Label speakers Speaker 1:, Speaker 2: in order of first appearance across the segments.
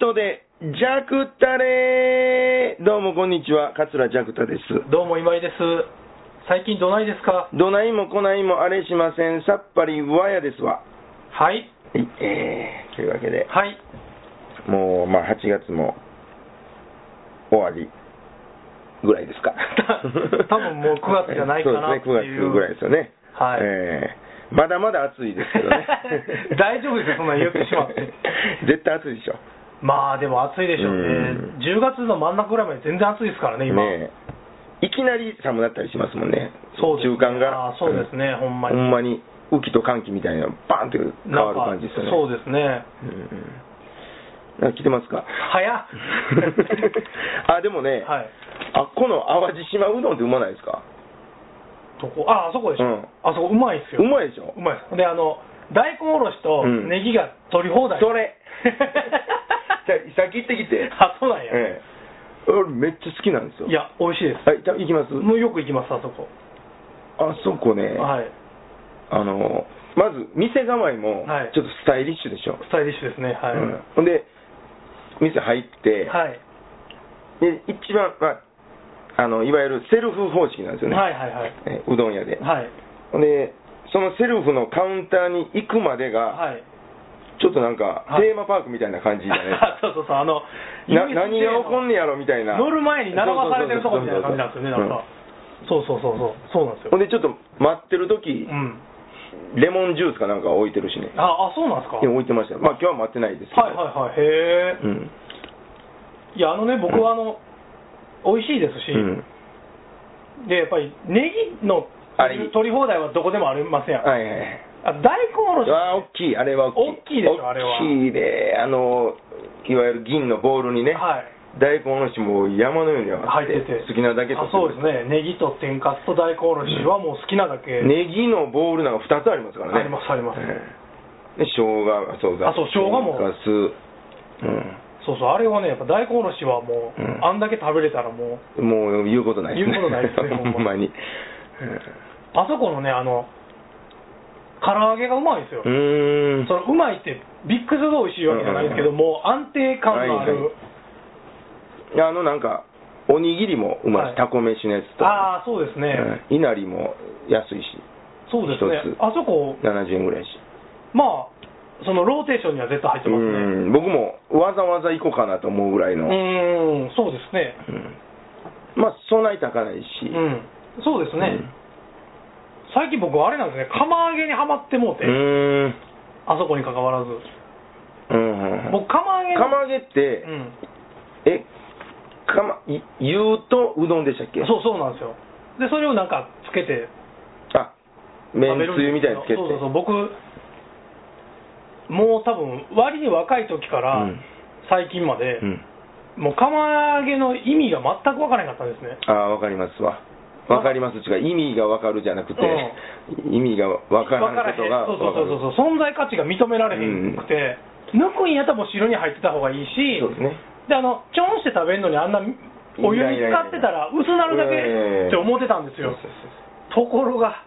Speaker 1: トで、ジャクタレーどうもこんにちは、桂ジャクタです。
Speaker 2: どうも今井です。最近どないですか
Speaker 1: どないもこないもあれしません、さっぱりわやですわ。は
Speaker 2: はい。
Speaker 1: い、えー、というわけで、
Speaker 2: はい。
Speaker 1: もう、まあ、8月も終わりぐらいですか
Speaker 2: 。多分もう9月じゃないかなって
Speaker 1: そうですね、
Speaker 2: い
Speaker 1: 9月
Speaker 2: う
Speaker 1: ぐらいですよね。
Speaker 2: はい。
Speaker 1: えーまだまだ暑いですけどね
Speaker 2: 大丈夫ですよそんなん言ってしまって。
Speaker 1: 絶対暑いでしょ。
Speaker 2: まあでも暑いでしょうね
Speaker 1: うん。
Speaker 2: 10月の真ん中ぐらいまで全然暑いですからね、今。
Speaker 1: ねえいきなり寒なったりしますもんね、
Speaker 2: そうですね
Speaker 1: 中間が
Speaker 2: あーそうですねほんまに
Speaker 1: ほんまに雨季と寒季みたいなのがバーンって変
Speaker 2: な
Speaker 1: わ
Speaker 2: ん
Speaker 1: る
Speaker 2: か
Speaker 1: 感じですよね、
Speaker 2: そうですね。
Speaker 1: うんうんなんか来て ますか、
Speaker 2: 早っ
Speaker 1: あでもね、
Speaker 2: はい
Speaker 1: あこの淡路島うどんってうまないですか、
Speaker 2: どこあ、あそこでしょ。
Speaker 1: うん
Speaker 2: あそこうまいっすよ。
Speaker 1: うまいでしょ
Speaker 2: う、まいっす。で、あの、大根おろしと
Speaker 1: うん
Speaker 2: ネギが取り放題。
Speaker 1: それじゃあ、さっき行ってきて、
Speaker 2: あ、そうなんや。
Speaker 1: ええ、俺、めっちゃ好きなんですよ、
Speaker 2: いや、美味しいです。
Speaker 1: はい、じゃあ行きます、
Speaker 2: もうよく行きます、あそこ。
Speaker 1: あそこね、
Speaker 2: はい。
Speaker 1: あのまず店構えも
Speaker 2: はい
Speaker 1: ちょっとスタイリッシュでしょ。
Speaker 2: スタイリッシュですね。はい。
Speaker 1: うんほんで、店入って、
Speaker 2: はい。
Speaker 1: で一番、まあ、あのいわゆるセルフ方式なんですよね、
Speaker 2: はいはいはい。
Speaker 1: えうどん屋で、
Speaker 2: はい。
Speaker 1: ほんで、そのセルフのカウンターに行くまでが、
Speaker 2: はい。
Speaker 1: ちょっとなんか、
Speaker 2: はい
Speaker 1: テーマパークみたいな感じじゃないですか。
Speaker 2: そうそうそう、あの、
Speaker 1: な何が起こんねやろみたいな
Speaker 2: 乗る前に並ばされてるとこみたいな感じなんですよね、なんか。そうそうそうそう、そうなんです
Speaker 1: ほ
Speaker 2: よ。
Speaker 1: んでちょっと待ってる時
Speaker 2: うん。
Speaker 1: レモンジュースかなんか置いてるしね
Speaker 2: あ、あ、そうなんですか。
Speaker 1: で置いてましたよまあ今日は待ってないですけど
Speaker 2: はいはいはい。へえ
Speaker 1: う。ん
Speaker 2: いや、あのね、僕はあの、美味しいですし、
Speaker 1: うん
Speaker 2: で、やっぱりネギの
Speaker 1: あれ
Speaker 2: 取り放題はどこでもありませんやん。
Speaker 1: はいはいはい
Speaker 2: あ大根おろし。
Speaker 1: ああ、大きい、あれは大きい。
Speaker 2: 大きいでしょあれ
Speaker 1: 大
Speaker 2: は
Speaker 1: きいで、あの、いわゆる銀のボールにね、
Speaker 2: はい。
Speaker 1: 大根おろしも山のように
Speaker 2: 入ってて
Speaker 1: 好きなだけ取
Speaker 2: あ
Speaker 1: って
Speaker 2: そうですねネギと天かすと大根おろしはもう好きなだけ、
Speaker 1: ネギのボールなんか2つありますからね。
Speaker 2: ありますあります
Speaker 1: ええで、生姜、そうだ。
Speaker 2: あそう生姜も
Speaker 1: 天かす
Speaker 2: そうそうあれはねやっぱ大根おろしはも
Speaker 1: う
Speaker 2: う、
Speaker 1: ん
Speaker 2: あんだけ食べれたらもう
Speaker 1: うん。もう言うことないですね。
Speaker 2: 言うことないで すね
Speaker 1: ほんまに。
Speaker 2: あそこのねあの唐揚げがうまいんですよ、
Speaker 1: うん。うーん
Speaker 2: そのうまいってビッグスが美味しいわけじゃないんですけど、
Speaker 1: うん
Speaker 2: もう安定感がある、
Speaker 1: はいはいあの、なんか、おにぎりもうまいし、
Speaker 2: は
Speaker 1: た
Speaker 2: い
Speaker 1: こ飯のやつと。
Speaker 2: ああそうですね、
Speaker 1: うんいなりも安いし、
Speaker 2: そうですね
Speaker 1: 一つ
Speaker 2: あそこ
Speaker 1: 70円ぐらいやし。
Speaker 2: まあそのローテーションには絶対入ってますね
Speaker 1: うん僕もわざわざ行こうかなと思うぐらいの、
Speaker 2: うーんそうですね
Speaker 1: うんまあ、そない高ないし、
Speaker 2: うんそうですね、最近僕あれなんですね釜揚げにはまってもうて、
Speaker 1: うん、う
Speaker 2: あそこに関わらず
Speaker 1: ーん、うん、
Speaker 2: 僕釜揚げの
Speaker 1: 釜揚げって、
Speaker 2: うん
Speaker 1: え釜い言うとうどんでしたっけ
Speaker 2: そうそうなんですよでそれをなんかつけて
Speaker 1: あめんつゆみたいにつけて
Speaker 2: そうそうそう僕もう多分割に若い時から
Speaker 1: うん
Speaker 2: 最近まで、
Speaker 1: うん
Speaker 2: もう釜揚げの意味が全く分からなかったんですね
Speaker 1: ああわかりますわわかります違う意味がわかるじゃなくて、意味がわからないことが
Speaker 2: 分
Speaker 1: わ
Speaker 2: からへんそう
Speaker 1: かる
Speaker 2: そうそうそう存在価値が認められへんくて、抜くんやったらもう汁に入ってた方がいいし
Speaker 1: そうですね
Speaker 2: であのちょんして食べるのにあんなお湯に浸かってたら薄なるだけって思ってたんですよ
Speaker 1: そうそうそう
Speaker 2: ところが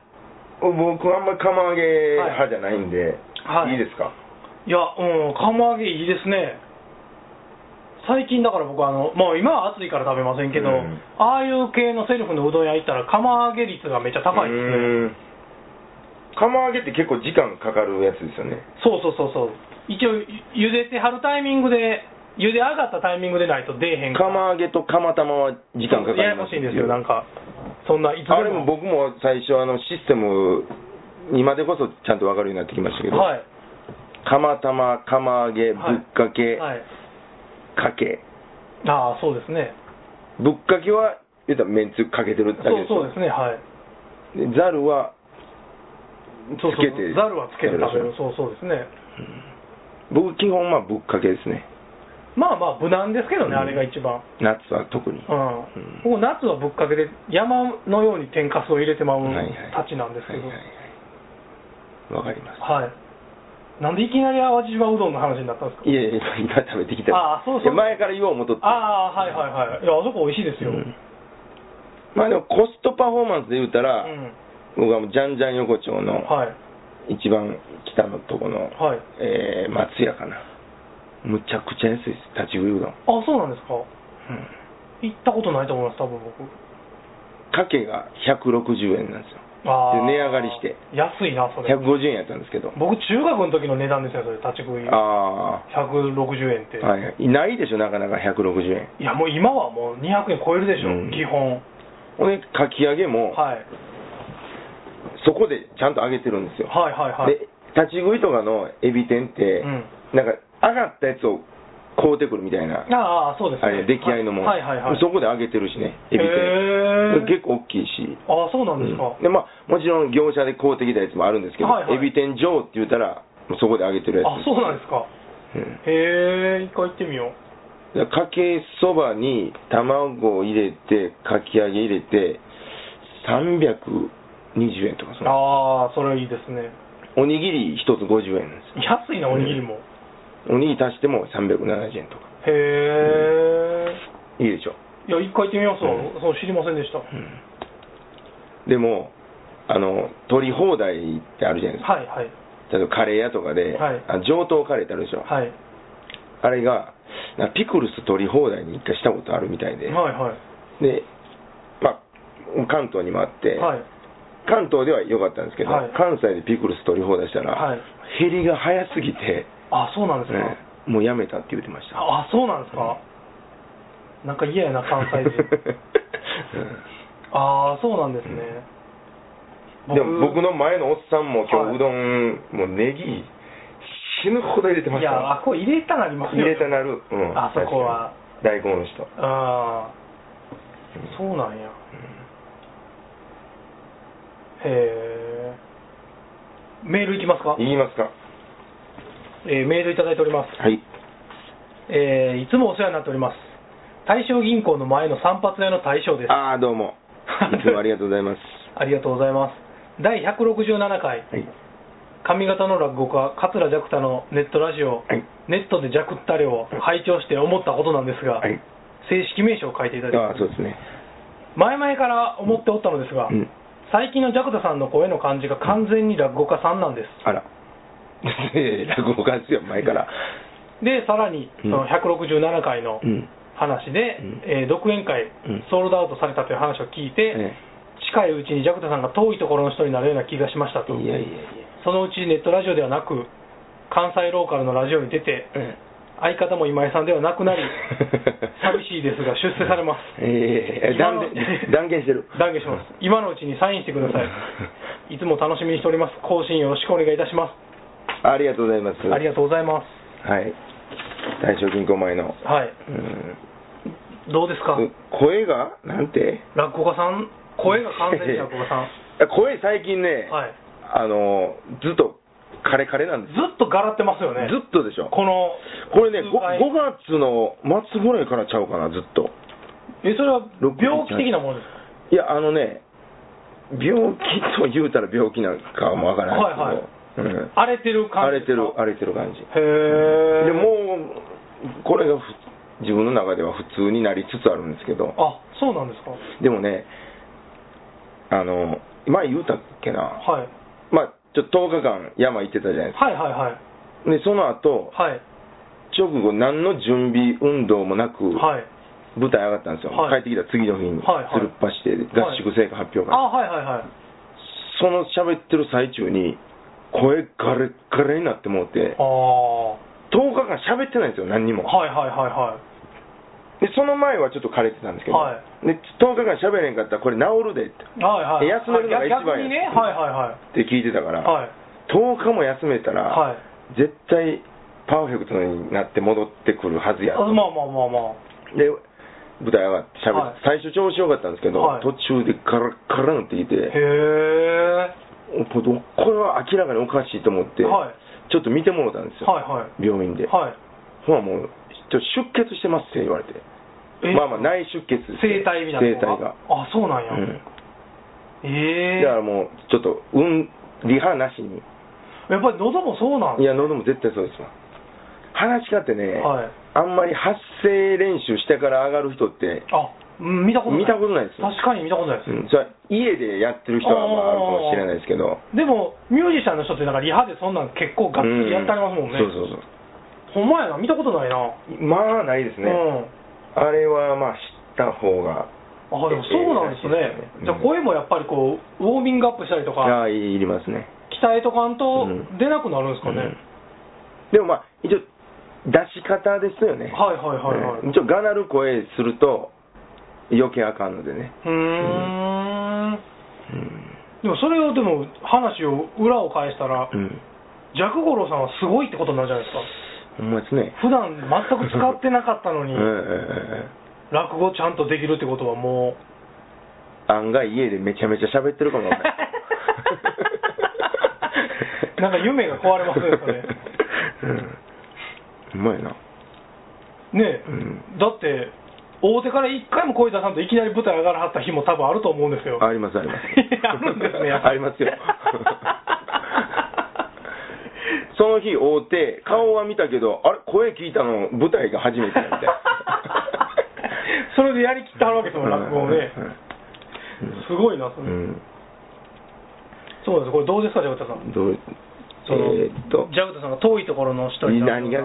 Speaker 1: 僕あんまり釜揚げ派じゃないんで、
Speaker 2: は
Speaker 1: い
Speaker 2: い
Speaker 1: ですか
Speaker 2: いや、うん、釜揚げいいですね。最近だから僕あの、まあ今は暑いから食べませんけど、
Speaker 1: うん
Speaker 2: ああいう系のセルフのうどん屋行ったら釜揚げ率がめっちゃ高いで
Speaker 1: うーん
Speaker 2: すね。
Speaker 1: 釜揚げって結構時間かかるやつですよね
Speaker 2: そうそうそうそう。一応、ゆ茹でてはるタイミングで、茹で上がったタイミングでないと出えへんか
Speaker 1: 釜揚
Speaker 2: ら。
Speaker 1: げと釜玉は時間かかります
Speaker 2: ややこしいんですよ、なんか。そんないつで
Speaker 1: あ
Speaker 2: も。
Speaker 1: れも僕も最初あのシステム今でこそちゃんと分かるようになってきましたけど、
Speaker 2: はい。
Speaker 1: 釜玉釜揚げぶ
Speaker 2: は
Speaker 1: っ
Speaker 2: い
Speaker 1: かけ、
Speaker 2: はい。
Speaker 1: かけ
Speaker 2: ああ、そうですね。
Speaker 1: ぶっかけは言ったらめんつゆかけてるだ
Speaker 2: そ
Speaker 1: け
Speaker 2: う
Speaker 1: です
Speaker 2: そう
Speaker 1: よ
Speaker 2: ですね、はい。
Speaker 1: でざるはつ
Speaker 2: そうそう。
Speaker 1: けて
Speaker 2: ざるはつけて食べる。
Speaker 1: 食
Speaker 2: そうそうですね。
Speaker 1: べる僕基本はぶっかけですね
Speaker 2: まあまあ、無難ですけどね、
Speaker 1: うん
Speaker 2: あれが一番。
Speaker 1: 夏は特に、
Speaker 2: うん、僕夏はぶっかけで山のように天かすを入れてまう
Speaker 1: はいはい
Speaker 2: たちなんですけど
Speaker 1: はいはいはいわかります
Speaker 2: はいなんでいきなり淡路島うどんの話になったんですか
Speaker 1: いやいや、今食べてきた。
Speaker 2: あーそうそう
Speaker 1: いや前から言おう思っとって。
Speaker 2: ああはいはいはいいやあそこ美味しいですよ、
Speaker 1: う
Speaker 2: うん
Speaker 1: んまあでもコストパフォーマンスで言うたら、僕はもうジャンジャン横丁の
Speaker 2: はい
Speaker 1: 一番北のとこの、
Speaker 2: はい
Speaker 1: えー松屋かな。むちゃくちゃ安いです立ち食いうどん、
Speaker 2: あ、そうなんです
Speaker 1: う
Speaker 2: か。
Speaker 1: ん、
Speaker 2: 行ったことないと思います、多分僕。
Speaker 1: かけが160円なんですよ
Speaker 2: あー
Speaker 1: で値上がりして。
Speaker 2: 安いな、それ。
Speaker 1: 150円やったんですけど
Speaker 2: 僕、中学の時の値段ですよ、それ、立ち食い。
Speaker 1: あ
Speaker 2: 160円って。
Speaker 1: あ、はいはい、ないでしょなかなか160円
Speaker 2: いや、もう今はもう200円超えるでしょ、
Speaker 1: うん
Speaker 2: 基本。
Speaker 1: ほんでかき揚げも
Speaker 2: はい。
Speaker 1: そこでちゃんと揚げてるんですよ、
Speaker 2: はいはいはい。
Speaker 1: で立ち食いとかのエビ天って、
Speaker 2: うん
Speaker 1: なんか上がったやつを買うてくるみたいな
Speaker 2: ああ、そうです
Speaker 1: あれ出来合いのもん、
Speaker 2: はいはいはい。
Speaker 1: そこで揚げてるしねエビ
Speaker 2: へー
Speaker 1: 天結構大きいし
Speaker 2: ああ、そうなんですか。
Speaker 1: うんでまあ、もちろん業者で買うてきたやつもあるんですけど、
Speaker 2: は
Speaker 1: エ
Speaker 2: いはい
Speaker 1: ビ天上って言ったら、もうそこで揚げてるやつ。
Speaker 2: あ、そうなんですか。
Speaker 1: うん
Speaker 2: へえ、一回行ってみよう。
Speaker 1: だからかけそばに卵を入れて、かき揚げ入れて、320円とかその、
Speaker 2: ああ、それいいですね。
Speaker 1: おにぎり1つ50円なんです
Speaker 2: 安いな、おにぎりも。
Speaker 1: よ。おにぎり足しても370円とか。
Speaker 2: へえ。
Speaker 1: いいでしょ。
Speaker 2: いや、一回行ってみますわ。
Speaker 1: う
Speaker 2: そう、知りませんでした。
Speaker 1: うんでも、あの、取り放題ってあるじゃないですか。
Speaker 2: はいはい。
Speaker 1: 例えばカレー屋とかで、
Speaker 2: はい
Speaker 1: あ上等カレーってあるでしょ。
Speaker 2: はい。
Speaker 1: あれが、なんかピクルス取り放題に一回したことあるみたいで、
Speaker 2: はいはい。
Speaker 1: で、まあ、関東にもあって、
Speaker 2: はい。
Speaker 1: 関東では良かったんですけど、
Speaker 2: はい
Speaker 1: 関西でピクルス取り放題したら、
Speaker 2: はい
Speaker 1: 減りが早すぎて、
Speaker 2: あ、そうなんですか。
Speaker 1: ねもうやめたって言ってました。
Speaker 2: あ、そうなんですか。なんか嫌やな、関 西人。ああ、そうなんですね。
Speaker 1: うんでも僕の前のおっさんも今
Speaker 2: はい
Speaker 1: 日うどん、もうネギ死ぬほど入れてま
Speaker 2: い
Speaker 1: した
Speaker 2: や、あ、これ入れたなります
Speaker 1: 入
Speaker 2: よ。
Speaker 1: れたなる、うん、
Speaker 2: あそこは
Speaker 1: 確かに大根おろしと
Speaker 2: ああ、そうなんや。へえ。メールいきますか、
Speaker 1: 言いますかは
Speaker 2: えーメールいただいております。
Speaker 1: い
Speaker 2: えーいつもお世話になっております。大正銀行の前の散髪屋の大将です。あ
Speaker 1: ああどうもいつもありがとうございます
Speaker 2: りがとうございます。第167回、
Speaker 1: はい
Speaker 2: 上方の落語家、桂ジャクタのネットラジオ、
Speaker 1: はい
Speaker 2: ネットでジャクッタレを拝聴して思ったことなんですが、
Speaker 1: はい
Speaker 2: 正式名称を書いていただき
Speaker 1: あ
Speaker 2: ま
Speaker 1: あ
Speaker 2: す
Speaker 1: そうですね
Speaker 2: 前々から思っておったのですが、
Speaker 1: うん
Speaker 2: 最近のジャクタさんの声の感じが完全に落語家さんなんで
Speaker 1: あら ええ落語家ですよ前から
Speaker 2: す。で、さらに、その167回の
Speaker 1: うん
Speaker 2: 話で、
Speaker 1: うん
Speaker 2: えー独演会
Speaker 1: うん、
Speaker 2: ソールドアウトされたという話を聞いて、
Speaker 1: え
Speaker 2: 近いうちにジャクタさんが遠いところの人になるような気がしました
Speaker 1: え
Speaker 2: と、
Speaker 1: いやいやいや
Speaker 2: そのうちネットラジオではなく、関西ローカルのラジオに出て、
Speaker 1: え、
Speaker 2: 相方も今井さんではなくなり寂しいですが、出世されます。
Speaker 1: ええ
Speaker 2: 今
Speaker 1: 断
Speaker 2: の
Speaker 1: 言断言してる
Speaker 2: 断言します。今のうちにサインしてくださ い。いつも楽しみにしております。更新よろしくお願いいたします。
Speaker 1: ありがとうございます
Speaker 2: ありがとうございま
Speaker 1: はい大正銀行前の
Speaker 2: す。はい。
Speaker 1: うん
Speaker 2: どうですか
Speaker 1: う声がなんて
Speaker 2: 落語家さん、声が完全に落語 家さん。
Speaker 1: ん声最近ね、
Speaker 2: はい。
Speaker 1: あのずっとカレカレなんです
Speaker 2: ずっとガラってますよね。
Speaker 1: ずっとでしょ
Speaker 2: この、
Speaker 1: これね 5,
Speaker 2: 数回
Speaker 1: 月の末ぐらいからちゃうかなずっと
Speaker 2: え、それは
Speaker 1: 六
Speaker 2: 病気的なものですか
Speaker 1: いやあのね病気と言うたら病気なんかもわからないですけど、うん
Speaker 2: 荒れてる感
Speaker 1: 荒れ
Speaker 2: じで
Speaker 1: て
Speaker 2: す
Speaker 1: る
Speaker 2: か
Speaker 1: 荒れてる感じ
Speaker 2: へえ。
Speaker 1: でもうこれがふ自分の中では普通になりつつあるんですけど
Speaker 2: あ、そうなんですか。
Speaker 1: でもねあの前言うたっけな
Speaker 2: はい。
Speaker 1: まあちょっと10日間山行ってたじゃないですか
Speaker 2: はいはいはい。
Speaker 1: でその後
Speaker 2: はい。
Speaker 1: 直後何の準備運動もなく
Speaker 2: はい。
Speaker 1: 舞台上がったんですよ、
Speaker 2: はい
Speaker 1: 帰ってきた次の日に
Speaker 2: はいはい
Speaker 1: つるっぱして合宿成果発表
Speaker 2: あ、
Speaker 1: 会、
Speaker 2: はいはいはい。
Speaker 1: その喋ってる最中に声ガレッガレになってもうて
Speaker 2: ああ。
Speaker 1: 10日間喋ってないんですよ何にも
Speaker 2: はいはいはいは
Speaker 1: でその前はちょっと枯れてたんですけど、
Speaker 2: は
Speaker 1: で10日間喋れへんかったらこれ治るでって
Speaker 2: い。はいはい。
Speaker 1: 休めるのが一番
Speaker 2: 逆にね、はいはいは
Speaker 1: って聞いてたから、
Speaker 2: い。はい。
Speaker 1: 10日も休めたら、
Speaker 2: はい。
Speaker 1: 絶対パーフェクトになって戻ってくるはずや
Speaker 2: あ
Speaker 1: と
Speaker 2: まあまあまあまあ。
Speaker 1: で舞台上がって喋って、最初調子よかったんですけど、
Speaker 2: はい
Speaker 1: 途中でカラッカラになってき
Speaker 2: へ
Speaker 1: て
Speaker 2: え。
Speaker 1: おここれは明らかにおかしいと思って、
Speaker 2: はい
Speaker 1: ちょっと見てもらったんですよ、
Speaker 2: はいはい。
Speaker 1: 病院で、
Speaker 2: はい。
Speaker 1: ほらもうちょっと出血してますって言われて
Speaker 2: え
Speaker 1: まあまあ内出血
Speaker 2: 生体みた
Speaker 1: 声
Speaker 2: いな
Speaker 1: 帯
Speaker 2: の
Speaker 1: が、
Speaker 2: あ、そうなんや。
Speaker 1: うん
Speaker 2: ええ
Speaker 1: だからもうちょっと、うん、リハなしに
Speaker 2: やっぱり喉もそうなん
Speaker 1: いや、喉も絶対そうですわ。話し家ってね、
Speaker 2: はい
Speaker 1: あんまり発声練習してから上がる人って、
Speaker 2: あ、うん見たことな
Speaker 1: 見
Speaker 2: い。
Speaker 1: たことないですよ
Speaker 2: 確かに見たことないです。
Speaker 1: うん、それは家でやってる人はまああるかもしれないですけど、
Speaker 2: でも、ミュージシャンの人って、なんかリハでそんなん結構がっつりやってありますもんね。
Speaker 1: うそうそうそう。
Speaker 2: ほんまやな、見たことないな。
Speaker 1: まあないですね、
Speaker 2: うん。
Speaker 1: あれはまあ知った方が
Speaker 2: あ、でもそうなんですね。
Speaker 1: ええ
Speaker 2: じゃあ声もやっぱりこう、ウォーミングアップしたりとか、
Speaker 1: ああいりますね
Speaker 2: 鍛えとかんと
Speaker 1: うん
Speaker 2: 出なくなるんです
Speaker 1: う
Speaker 2: か
Speaker 1: ん
Speaker 2: ね。
Speaker 1: でもまあ一応出し方ですよね
Speaker 2: はいはいはいはい。
Speaker 1: う
Speaker 2: うん
Speaker 1: 一応がなる声すると余計あかんのでね、
Speaker 2: ーん。
Speaker 1: うん
Speaker 2: でもそれをでも話を裏を返したら、
Speaker 1: うん、
Speaker 2: ジャクゴロウさんはすごいってことになるじゃないですか。
Speaker 1: ほんまですね
Speaker 2: 普段全く使ってなかったの
Speaker 1: うん
Speaker 2: に
Speaker 1: う、んうん
Speaker 2: 落語ちゃんとできるってことはもう。
Speaker 1: 案外家でめちゃめちゃ喋ってるかもわかんない
Speaker 2: なんか夢が壊れますね それ
Speaker 1: うんうまいな
Speaker 2: ねえ、
Speaker 1: う
Speaker 2: だって大手から一回も声出さんといきなり舞台上がらはった日も多分あると思うんですよ
Speaker 1: ありますあります
Speaker 2: あるんですねやっぱ
Speaker 1: ありますよ その日会うて顔は見たけど、あれ声聞いたの舞台が初めてやみたいな
Speaker 2: それでやりきってはるわけですもん落語をねすごいなそ
Speaker 1: うん
Speaker 2: れ、
Speaker 1: うん
Speaker 2: そうなんですこれどうですかジャグタさん
Speaker 1: どう
Speaker 2: その
Speaker 1: えーっと
Speaker 2: ジャグタさんが遠いところの人に
Speaker 1: 何が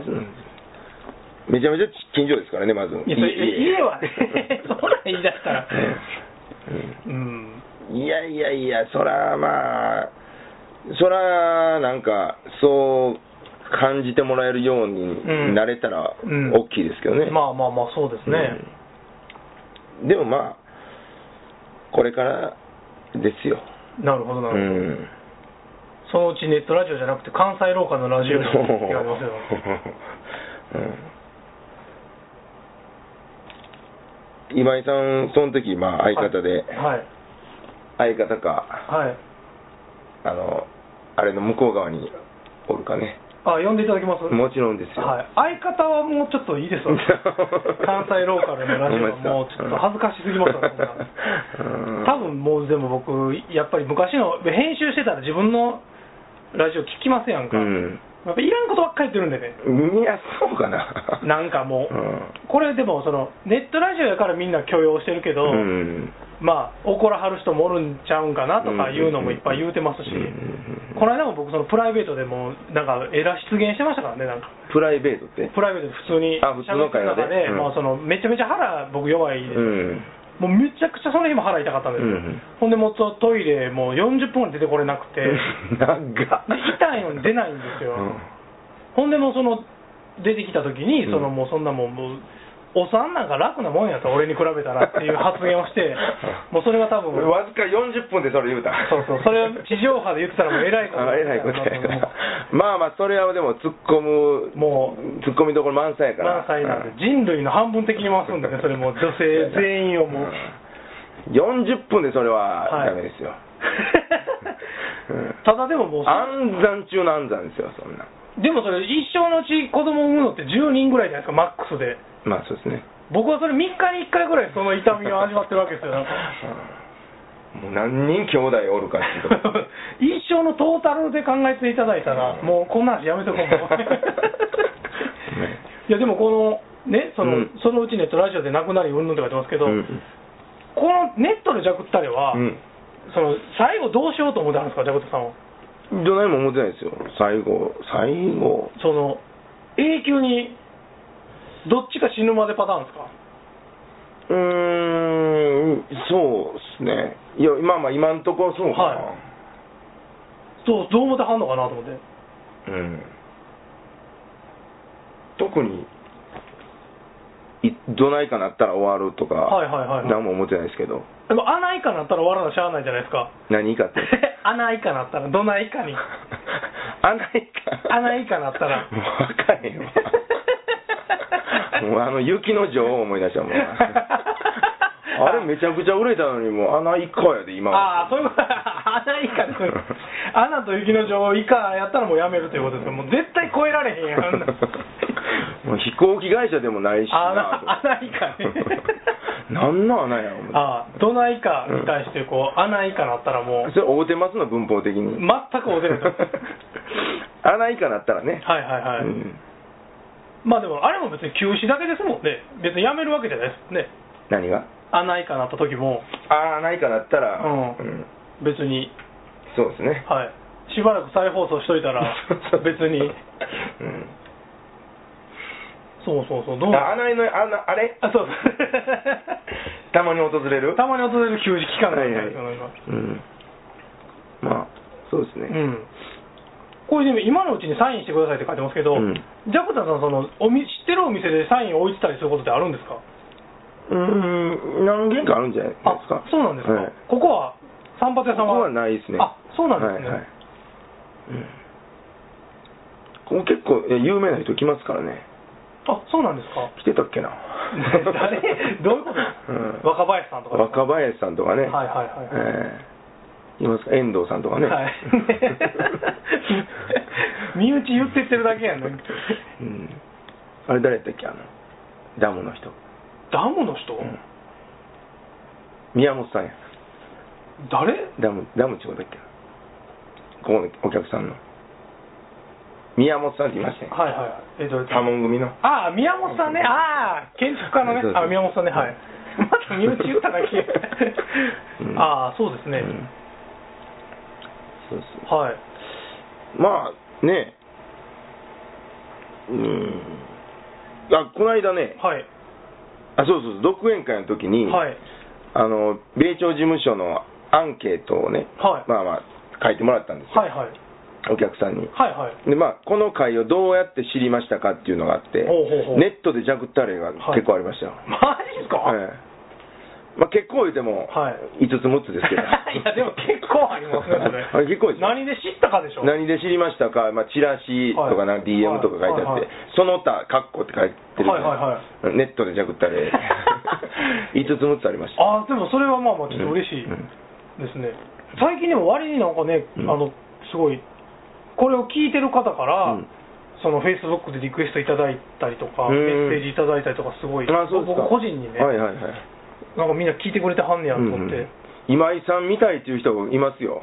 Speaker 1: めちゃめちゃ近所ですからねまず
Speaker 2: いやそれ 家はね そんなん言い出したら
Speaker 1: うん
Speaker 2: うん
Speaker 1: いやいやいやそらまあそらなんかそう感じてもらえるようになれたら
Speaker 2: うん
Speaker 1: 大きいですけどね、
Speaker 2: まあまあまあそうですね、
Speaker 1: うんでもまあこれからですよ
Speaker 2: なるほど
Speaker 1: う
Speaker 2: なるほど、
Speaker 1: ん
Speaker 2: そのうちネットラジオじゃなくて関西ローカルのラジオになりますよ
Speaker 1: うん今井さんその時まあ 相方で、
Speaker 2: はい
Speaker 1: 相方か
Speaker 2: はい、はい
Speaker 1: あのあれの向こう側におるかね
Speaker 2: あ呼んでいただきます
Speaker 1: もちろんですよ、
Speaker 2: はい、相方はもうちょっといいですわ 関西ローカルのラジオはもうちょっと恥ずかしすぎますわそんな
Speaker 1: うん
Speaker 2: 多分もうでも僕やっぱり昔の編集してたら自分のラジオ聞きますやんか、やっぱいらんことばっかり言ってるんでね
Speaker 1: うんいやそうかな
Speaker 2: なんかもう、
Speaker 1: うん
Speaker 2: これでもそのネットラジオやからみんな許容してるけど、
Speaker 1: うん
Speaker 2: まあ怒らはる人もおるんちゃうんかなとかいうのもいっぱい言うてますし、
Speaker 1: うんうんうん
Speaker 2: この間も僕そのプライベートでもなんかえら出現してましたからねなんか
Speaker 1: プライベートって
Speaker 2: プライベートで普通に
Speaker 1: あ普通の会話で
Speaker 2: 喋ってる中
Speaker 1: うん
Speaker 2: まあ、そのめちゃめちゃ腹僕弱いで
Speaker 1: う
Speaker 2: す、
Speaker 1: ん
Speaker 2: もうめちゃくちゃその日も腹痛かったんですよ、
Speaker 1: うん
Speaker 2: ほんでもうとトイレもう40分ぐらい出てこれなくて
Speaker 1: 長っ
Speaker 2: で痛いのに出ないんですよ、
Speaker 1: うん
Speaker 2: ほんでもうその出てきた時に
Speaker 1: うん
Speaker 2: そのもうそんなもんもうお産なんか楽なもんやと俺に比べたらっていう発言をしてもうそれが多分
Speaker 1: わずか40分でそれ言うた
Speaker 2: そうそうそれを地上波で言ってたらもうえらいこと
Speaker 1: あえらいことやか
Speaker 2: になった
Speaker 1: らまあまあそれはでも突っ込む
Speaker 2: もう
Speaker 1: 突っ込みどころ満載やから
Speaker 2: 何歳なんで人類の半分的に回すんだねそれもう女性全員をもう
Speaker 1: うん40分でそれは
Speaker 2: はい
Speaker 1: ダメですよ、うん
Speaker 2: ただでももう
Speaker 1: 暗算中の暗算ですよそんな
Speaker 2: でもそれ一生のうち子供産むのって10人ぐらいじゃないですかマックスで
Speaker 1: まあそうですね
Speaker 2: 僕はそれ3日に1回ぐらいその痛みを味わってるわけですよなんか
Speaker 1: うんもう何人兄弟おるかっていうと
Speaker 2: 一生のトータルで考えていただいたら、もうこんな話や めとこうもういやでもこのねその,、
Speaker 1: うん
Speaker 2: そのうちネットラジオでなくなりうんぬんとか言ってますけど、
Speaker 1: うん
Speaker 2: このネットでジャクったれは、
Speaker 1: うん
Speaker 2: その最後どうしようと思ってはるんですかジャクタさんは
Speaker 1: どないも思ってないですよ最後最後
Speaker 2: その永久にどっちか死ぬまでパターンです
Speaker 1: うー
Speaker 2: か
Speaker 1: んそうですねいやまあまあ今んとこそうかな、
Speaker 2: はどうどう思ってはんのかなと思っ
Speaker 1: う
Speaker 2: て
Speaker 1: ん特にいどないかなったら終わるとか、
Speaker 2: はいはいはいはい
Speaker 1: 何も思ってないですけど
Speaker 2: でも穴以下なったら終わらなしゃあないじゃないですか
Speaker 1: 何かって
Speaker 2: 穴以下なったらどないかに
Speaker 1: あないか
Speaker 2: あないかなったら
Speaker 1: もう分かれへ んわもうあの雪の女王思い出した もんあれめちゃくちゃ売れたのにもう穴一個やで今は
Speaker 2: ああそういうこと穴以下です穴と雪の女王以下やったらもうやめるということですかもう絶対超えられへ んやんあんな
Speaker 1: もう飛行機会社でもないしな
Speaker 2: 穴穴以 下ね
Speaker 1: 何の穴や思って
Speaker 2: ああどないかに対してこう穴以下なったらもう
Speaker 1: それ合うてますの文法的に
Speaker 2: 全くお出ると
Speaker 1: 穴以下なったらね
Speaker 2: はいはいはい、
Speaker 1: うん
Speaker 2: まあでもあれも別に休止だけですもんね別にやめるわけじゃないですね
Speaker 1: 何が
Speaker 2: 穴以下なった時も
Speaker 1: ああ穴以下なったら
Speaker 2: うん別に
Speaker 1: そうですね
Speaker 2: はいしばらく再放送しといたら別に
Speaker 1: うん
Speaker 2: そうそうそう、どう
Speaker 1: あ穴井の穴あれ
Speaker 2: あ、そう
Speaker 1: たまに訪れる
Speaker 2: そう。たまに訪れる休止期間があ
Speaker 1: はい
Speaker 2: るん
Speaker 1: はい
Speaker 2: ですよ、なんか。
Speaker 1: うんまあそうです
Speaker 2: う
Speaker 1: ね、
Speaker 2: ん。これでも今のうちにサインしてくださいって書いてますけど、
Speaker 1: うん
Speaker 2: ジャクタさん、そのおみ知ってるお店でサインを置いてたりすることってあるんですか
Speaker 1: うーん何件かあるんじゃないですか
Speaker 2: あ、そうなんですか。
Speaker 1: はい、
Speaker 2: ここは、散髪屋さん
Speaker 1: ここは
Speaker 2: は
Speaker 1: ないですね
Speaker 2: あ、そうなんですね。
Speaker 1: はいはいうん、ここ結構え有名な人来ますからね
Speaker 2: あ、そうなんですか。
Speaker 1: 来てたっけな
Speaker 2: 誰どういうこと、
Speaker 1: うん
Speaker 2: 若林さんとかですか
Speaker 1: 若林さんとかね、
Speaker 2: はいはいはい
Speaker 1: えーいますか遠藤さんとかね、
Speaker 2: はい 身内言ってってるだけやね
Speaker 1: うん、あれ誰だっけあのダムの人、
Speaker 2: ダムの人、
Speaker 1: うん宮本さんや
Speaker 2: 誰
Speaker 1: ダムダムちょうだっけなここのお客さんの宮本さんっていましたね
Speaker 2: はいはいえっとえっと
Speaker 1: 波紋組の
Speaker 2: ああ宮本さんねああ建築家のね
Speaker 1: そうそう
Speaker 2: あ宮本さんねはいまた身内言っただけ、
Speaker 1: うん
Speaker 2: ああそうですね、
Speaker 1: うんそうそう
Speaker 2: はい
Speaker 1: まあねうんあこの間ね
Speaker 2: はい
Speaker 1: あそうそうそう独演会の時に、
Speaker 2: はい
Speaker 1: あの米朝事務所のアンケートをね、
Speaker 2: はい
Speaker 1: まあまあ書いてもらったんですよ、
Speaker 2: はいはい
Speaker 1: お客さんに
Speaker 2: はいはい
Speaker 1: でまあこの会をどうやって知りましたかっていうのがあって
Speaker 2: ほうほうほう
Speaker 1: ネットでジャクタレが結構ありましたよ、
Speaker 2: マジですか、
Speaker 1: ええまあ、結構言うても
Speaker 2: は
Speaker 1: 5つ6つですけど
Speaker 2: いやでも結構ありますねそれ
Speaker 1: あれ結構ですよ
Speaker 2: 何で知ったかでしょ
Speaker 1: 何で知りましたか、まあ、チラシとかなん
Speaker 2: はい
Speaker 1: か DM とか書いてあ
Speaker 2: は
Speaker 1: っ
Speaker 2: いはい
Speaker 1: て、その他、カッコって書いてるじゃな
Speaker 2: はい
Speaker 1: ネットでじゃくった で、5つ6つありました。
Speaker 2: ああでもそれはまあまあちょっと嬉しい
Speaker 1: うんうん
Speaker 2: ですね、最近でも割になんかね、
Speaker 1: うん
Speaker 2: あのすごいこれを聞いてる方から、
Speaker 1: うん
Speaker 2: そのフェイスブックでリクエストいただいたりとか、
Speaker 1: うん
Speaker 2: メッセージいただいたりとかすごい
Speaker 1: あそうですか
Speaker 2: 僕個人にね、
Speaker 1: はいはいはい。
Speaker 2: なんかみんな聞いてくれてはんねやと
Speaker 1: うん
Speaker 2: 思って、
Speaker 1: うん今井さんみたいっていう人がいますよ。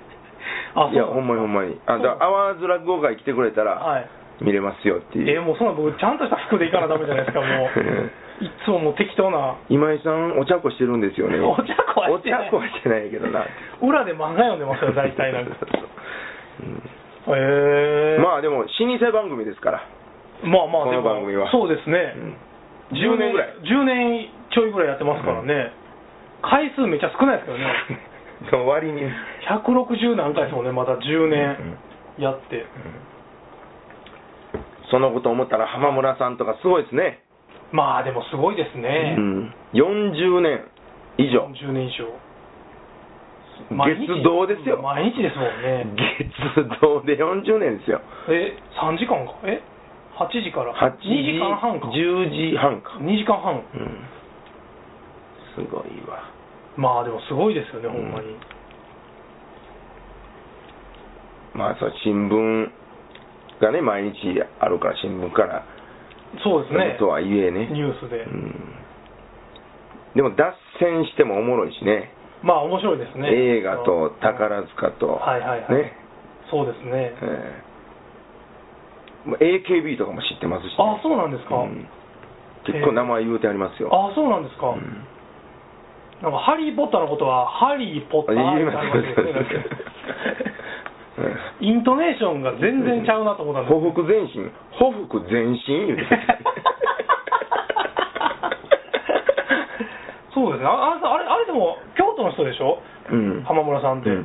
Speaker 2: あそう
Speaker 1: いや、ほんまにほんまに。あだから、アワーズ落語会来てくれた
Speaker 2: は
Speaker 1: ら、
Speaker 2: い
Speaker 1: 見れますよっていう。
Speaker 2: えーもうそんな僕ちゃんとした服で行かなダメじゃないですかもういつももう適当な
Speaker 1: 今井さん、お茶子してるんですよね。
Speaker 2: お茶子はしてな
Speaker 1: お
Speaker 2: い
Speaker 1: 茶子はしてないけどな。
Speaker 2: 裏で漫画読んでますよ大体な んか
Speaker 1: う
Speaker 2: へえ
Speaker 1: んまあでも、老舗番組ですから。
Speaker 2: まあまあ
Speaker 1: この
Speaker 2: でも
Speaker 1: 番組は
Speaker 2: そうですね、
Speaker 1: うん10年ぐらい
Speaker 2: 10年ちょいぐらいやってますからね、回数めっちゃ少ないですけどね
Speaker 1: その割に。
Speaker 2: 160何回ですもんねまだ10年やって、
Speaker 1: そのこと思ったら浜村さんとかすごいですね、
Speaker 2: まあでもすごいですね、
Speaker 1: うん、40年以上
Speaker 2: 10年以上
Speaker 1: 月堂ですよ
Speaker 2: 毎日ですもんね
Speaker 1: 月堂で40年ですよ
Speaker 2: え3時間かえ8時から
Speaker 1: 8
Speaker 2: 2時間半か
Speaker 1: 10時半か、
Speaker 2: 2時間半
Speaker 1: うん、すごいわ
Speaker 2: まあでもすごいですよね、ほんま
Speaker 1: う
Speaker 2: に
Speaker 1: んまあそう新聞がね毎日あるから新聞から
Speaker 2: そうですね
Speaker 1: とはいえね
Speaker 2: ニュースで、
Speaker 1: うん、でも脱線してもおもろいしね
Speaker 2: まあ面白いですね
Speaker 1: 映画と宝塚と、
Speaker 2: はいはいはい
Speaker 1: ね
Speaker 2: そうですね、
Speaker 1: えーまあ AKB とかも知ってますし、
Speaker 2: あそうなんですか、
Speaker 1: うん結構名前言うてありますよ。
Speaker 2: あそうなんですか、
Speaker 1: うん
Speaker 2: なんかハリー・ポッターのことはハリー・ポッター
Speaker 1: あ
Speaker 2: っ
Speaker 1: 言
Speaker 2: て
Speaker 1: います
Speaker 2: な
Speaker 1: よ
Speaker 2: りますよねなんかイントネーションが全然ちゃうなと思ったんです
Speaker 1: 報復前進、報復前進言うて
Speaker 2: そうですねあああれあれでも京都の人でしょ
Speaker 1: うん
Speaker 2: 浜村さんって、
Speaker 1: うん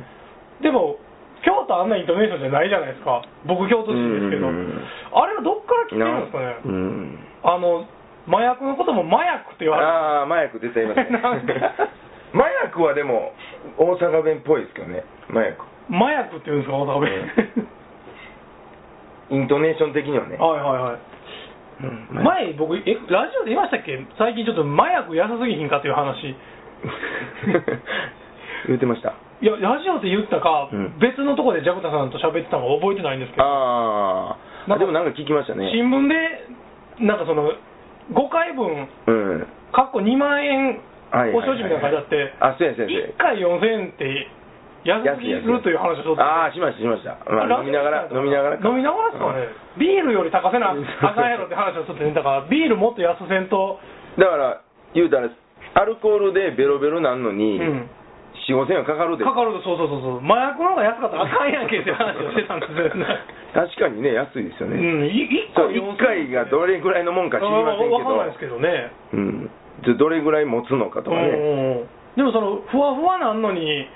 Speaker 2: でも京都あんなイントネーションじゃないじゃないですか僕京都市ですけど、
Speaker 1: うんうんうん
Speaker 2: あれはどっから来てるんですかね、
Speaker 1: うん
Speaker 2: あの麻薬のことも麻薬って言われる
Speaker 1: ああ、麻薬出ています ね
Speaker 2: なんか。
Speaker 1: 麻薬はでも、大阪弁っぽいですけどね、麻薬。
Speaker 2: 麻薬って言うんですか渡辺、
Speaker 1: イントネーション的にはね。
Speaker 2: はいはいはい
Speaker 1: うん麻薬
Speaker 2: 前僕えラジオで言いましたっけ最近ちょっと麻薬安すぎひんかっていう話
Speaker 1: 言うてました。
Speaker 2: いやラジオで言った
Speaker 1: う
Speaker 2: か、
Speaker 1: ん
Speaker 2: 別のとこでジャクタさんと喋ってたのが覚えてないんですけど、
Speaker 1: ああ、
Speaker 2: なんか
Speaker 1: でもなんか聞きましたね。
Speaker 2: 新聞でなんかその5回分
Speaker 1: うん。
Speaker 2: かっこ2万円
Speaker 1: はいはいはい
Speaker 2: お所持みたいな感じあって、
Speaker 1: あ、そうやそうやそうや
Speaker 2: 1回4000円って安すぎるという話をしとった
Speaker 1: ああ、しました、しました。まあ、飲みながら、飲みながら。
Speaker 2: 飲みながらですかね、ビールより高せなあ かんやろって話をしとってねだからビールもっと安せんと
Speaker 1: うんだから、言うたら、アルコールでベロベロなんのに、
Speaker 2: うん
Speaker 1: 4、5000円かかるで
Speaker 2: かかると、そうそうそうそう、麻薬の方が安かったらあかんやんけって話をしてたんですよね。
Speaker 1: 確かにね、安いですよ
Speaker 2: う
Speaker 1: ね。
Speaker 2: ん、い一
Speaker 1: そう、
Speaker 2: 個
Speaker 1: 1回がどれぐらいのもんか知りませんけど
Speaker 2: わかんないですけどね。
Speaker 1: うん、じゃあどれぐらい持つのかとか
Speaker 2: う
Speaker 1: ね、
Speaker 2: んうんうんでもそのふわふわなんのに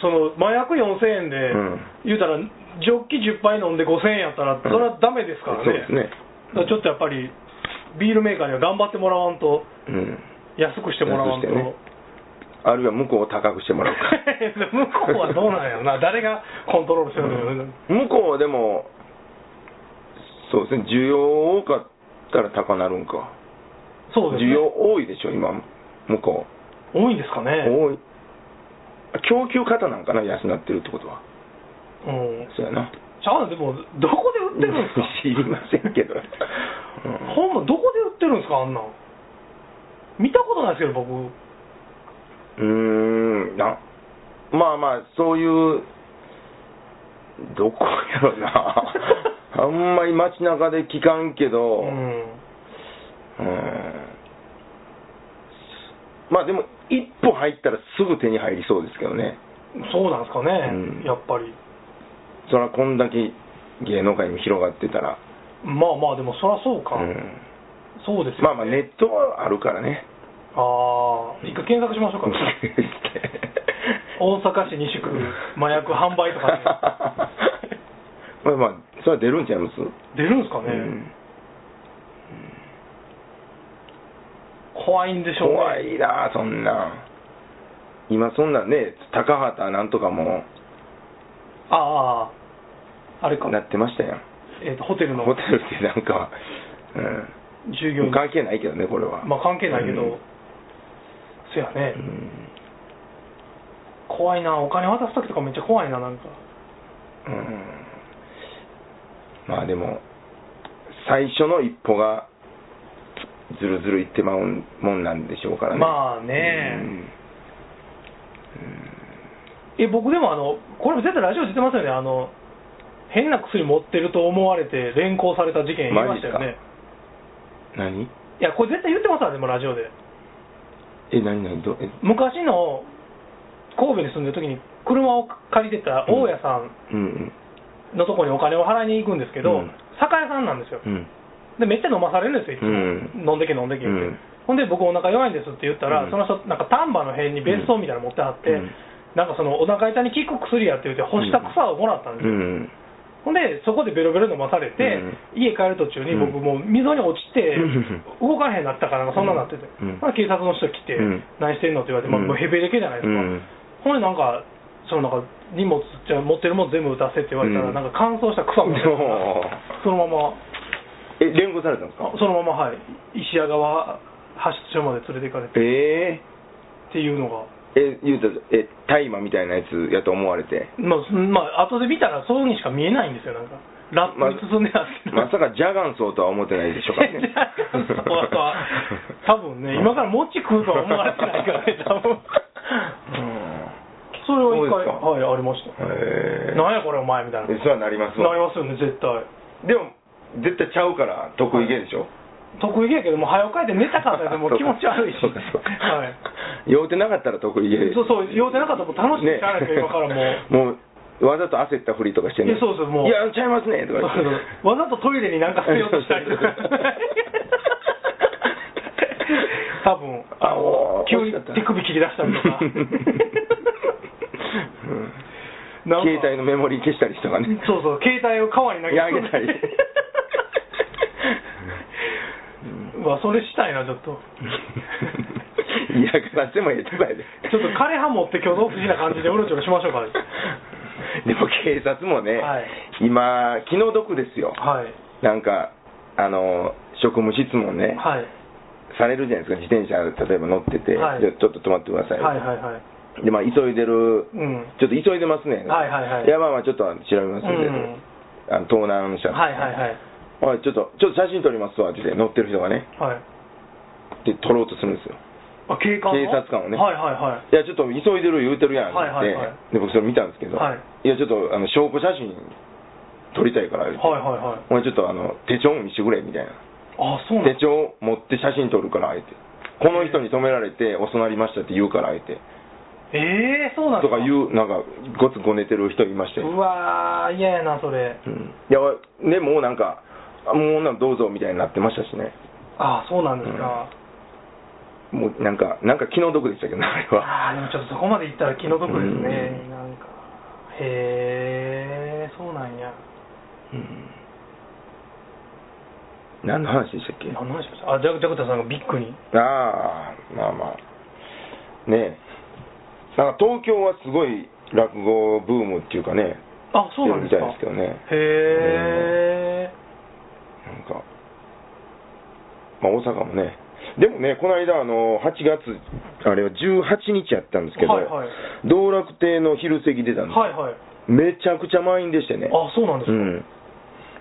Speaker 2: その麻薬4000円で、
Speaker 1: うん
Speaker 2: 言うたらジョッキ10杯飲んで5000円やったらそれはダメですからね,、
Speaker 1: そうですね、
Speaker 2: だからちょっとやっぱりビールメーカーには頑張ってもらわんと
Speaker 1: うん、
Speaker 2: 安くしてもらわん
Speaker 1: 安く
Speaker 2: と、
Speaker 1: してねあるいは向こうを高くしてもらうか、
Speaker 2: 向こうはどうなんやろな誰がコントロールしてるのかね、
Speaker 1: 向こうはでも、そうですね、需要多かったら高なるんか、
Speaker 2: そうです
Speaker 1: 需
Speaker 2: ね
Speaker 1: 要多いでしょ、今、向こ
Speaker 2: 多いんですか
Speaker 1: う、
Speaker 2: ね、
Speaker 1: 多い、供給方なんかな、安なってるってことは、
Speaker 2: うん、
Speaker 1: そうやな、
Speaker 2: ちゃうのでもどこで売って るんですか
Speaker 1: 知りませんけど、うん
Speaker 2: ほんまどこで売ってるんですかあんなん見たことないですけど僕
Speaker 1: うーんなまあまあそういうどこやろ なあんまり街中で聞かんけど
Speaker 2: う
Speaker 1: うん
Speaker 2: ん
Speaker 1: まあでも一歩入ったらすぐ手に入りそうですけどね
Speaker 2: そうなんですかね、
Speaker 1: うん
Speaker 2: やっぱり。
Speaker 1: そらこんだけ芸能界にも広がってたら、
Speaker 2: まあまあ、でもそりゃそうか、
Speaker 1: うん
Speaker 2: そうですよ、ね。
Speaker 1: まあまあネットはあるからね
Speaker 2: ああ、一回検索しましょ うか、大阪市西区麻薬販売 とか
Speaker 1: まあまあそれは出るんちゃいます
Speaker 2: で、出るんですかね、
Speaker 1: うん
Speaker 2: 怖いんでしょうね。
Speaker 1: 怖いなあそんなん今そんなんね高畑なんとかも
Speaker 2: ああ、あれか、
Speaker 1: なってましたやん
Speaker 2: えーとホテルの
Speaker 1: ホテルってなんか、
Speaker 2: 従
Speaker 1: うん、も
Speaker 2: 業
Speaker 1: う、
Speaker 2: 員
Speaker 1: 関係ないけどねこれは
Speaker 2: まあ関係ないけど、
Speaker 1: うん
Speaker 2: そやね、
Speaker 1: うん
Speaker 2: 怖いな、お金渡すときとかめっちゃ怖いな、なんか。
Speaker 1: うんまあでも最初の一歩がずるずるいってまうもんなんでしょうからね
Speaker 2: まあ
Speaker 1: あ
Speaker 2: ね、え僕でもあのこれも絶対ラジオ出てますよねあの変な薬持ってると思われて連行された事件言いましたよ
Speaker 1: マジ
Speaker 2: ね
Speaker 1: っ何
Speaker 2: いやこれ絶対言ってますわでもラジオで
Speaker 1: え何何どえ
Speaker 2: 昔の神戸に住んでる時に車を借りてた大家さん
Speaker 1: うんうん
Speaker 2: のとこにお金を払いに行くんですけ
Speaker 1: う
Speaker 2: ど、
Speaker 1: ん
Speaker 2: 酒屋さんなんですよ
Speaker 1: うん
Speaker 2: でめっちゃ飲まされるんですよいつ
Speaker 1: うん
Speaker 2: も、飲んでけ飲んでけっ
Speaker 1: う
Speaker 2: て、
Speaker 1: ん
Speaker 2: ほんで僕お腹弱いんですって言ったら、
Speaker 1: うん
Speaker 2: その人なんか丹波の辺に別荘みたいなの持ってあって、
Speaker 1: うん
Speaker 2: なんかそのお腹痛に効く薬やって言って干した草をもらったんです
Speaker 1: う
Speaker 2: よ、
Speaker 1: ん
Speaker 2: ほんで、そこでベロベロ飲まされて、
Speaker 1: う
Speaker 2: 家帰る途中に
Speaker 1: うん
Speaker 2: 僕、もう溝に落ちて
Speaker 1: うん、
Speaker 2: 動かへんなったから、そんなんなってて、
Speaker 1: うん
Speaker 2: ほな警察の人来て
Speaker 1: うん、
Speaker 2: 何してんのって言われて、まあ
Speaker 1: うん
Speaker 2: もうヘベレケじゃないですか、
Speaker 1: うん
Speaker 2: ほんで、なんか、そのなんか荷物じゃあ持ってるもん全部出せって言われた
Speaker 1: う
Speaker 2: ら、
Speaker 1: ん
Speaker 2: なんか乾燥した草みたいなのがそのまま、
Speaker 1: え連行されたんですか
Speaker 2: あそのまま、はい、石屋川発出所まで連れて行かれて
Speaker 1: ええ
Speaker 2: っていうのが、
Speaker 1: え、言うたら、え、大麻みたいなやつやと思われて、
Speaker 2: まあ、すまあ後で見たら、そうにしか見えないんですよ、なんか、ラップに包んでたんですけど。
Speaker 1: まさかジャガンソーとは思ってないでしょうから ね。
Speaker 2: そうとは多分ね、今から餅食うとは思われてないからね、多分それは一回、
Speaker 1: そう
Speaker 2: はい、ありました。
Speaker 1: へえ
Speaker 2: なんやこれ、お前みたいな。な
Speaker 1: えそうはなりますわ
Speaker 2: りますよね、絶対。
Speaker 1: でも、絶対ちゃうから、得意げでしょ。
Speaker 2: 得意げやけど、もう早く帰って寝たかったら、もう気持ち悪いし。
Speaker 1: そうかそうか
Speaker 2: はい。
Speaker 1: 酔うてなかったら得意げ
Speaker 2: そうそう、酔うてなかったらもう楽しくてしゃあないから、今からもう。
Speaker 1: もう。もう、わざと焦ったふりとかしてね。
Speaker 2: いやそうそうもう
Speaker 1: いや、ちゃいますね、とか言って
Speaker 2: わざとトイレになんか捨てようとしたりとか多分
Speaker 1: あおー
Speaker 2: 急に
Speaker 1: 惜しかったな
Speaker 2: 手首切り出したりとか
Speaker 1: うん
Speaker 2: なんか
Speaker 1: 携帯のメモリー消したりとかね。
Speaker 2: そうそう携帯を川に投げ
Speaker 1: 投げたり
Speaker 2: うわそれしたいなちょっと
Speaker 1: 嫌がらせもええとかやで。
Speaker 2: ちょっと枯葉持って挙動不審な感じでうろちょろしましょうか
Speaker 1: でも警察もね、
Speaker 2: はい
Speaker 1: 今、気の毒ですよ、
Speaker 2: はい
Speaker 1: なんか、あの職務質問ね、
Speaker 2: はい
Speaker 1: されるじゃないですか、自転車、例えば乗ってて、
Speaker 2: はい
Speaker 1: じゃあちょっと止まってください、
Speaker 2: はいはいはい
Speaker 1: でまあ、急いでる、
Speaker 2: うん
Speaker 1: ちょっと急いでますね、
Speaker 2: はいはいはい
Speaker 1: やばいまあちょっと調べますんで、
Speaker 2: うん
Speaker 1: あの盗難車、
Speaker 2: はいはいは
Speaker 1: お
Speaker 2: い
Speaker 1: いちょっと、ちょっと写真撮りますわって言って、乗ってる人がね、
Speaker 2: はい
Speaker 1: で撮ろうとするんですよ。
Speaker 2: あ警官の
Speaker 1: 警察官をね
Speaker 2: はいはいはい
Speaker 1: いや、ちょっと急いでる言うてるやんって、
Speaker 2: はいはいはい
Speaker 1: で僕それ見たんですけど、、
Speaker 2: はい
Speaker 1: や、ちょっとあの証拠写真撮りたいから、言うて
Speaker 2: はいはいはい
Speaker 1: お前ちょっとあの手帳見してくれみたいな、
Speaker 2: あそうなん
Speaker 1: 手帳持って写真撮るから、言うて、この人に止められて、おそなりましたって言うから、言うて、
Speaker 2: えー、そうなん
Speaker 1: とか
Speaker 2: です
Speaker 1: いう、なんか、ごつごねてる人いましたよ。
Speaker 2: うわー、嫌やな、それ。
Speaker 1: うんいや、でもうなんか、あもうなんかどうぞみたいになってましたしね。
Speaker 2: ああ、そうなんですか。
Speaker 1: もうなんか、なんか気の毒でしたけどね、あれは。
Speaker 2: ああ、でもちょっとそこまで行ったら気の毒ですね。
Speaker 1: うん
Speaker 2: なんか、へえ、そうなんや。
Speaker 1: うん何の話でしたっけ
Speaker 2: 何の話しましたあ、ジャジャクタさんがビッグに。
Speaker 1: ああ、まあまあ。ねえ。なんか東京はすごい落語ブームっていうかね、
Speaker 2: あ、そうなんですか。
Speaker 1: 出るみたいですけどね
Speaker 2: へえ、
Speaker 1: なんか、まあ大阪もね。でもね、この間、あの、8月、あれは18日やったんですけど、
Speaker 2: はいはい
Speaker 1: 道楽亭の昼席出たんです、
Speaker 2: はいはい。
Speaker 1: めちゃくちゃ満員でしてね。
Speaker 2: あ、そうなんで
Speaker 1: う
Speaker 2: すか。
Speaker 1: ん。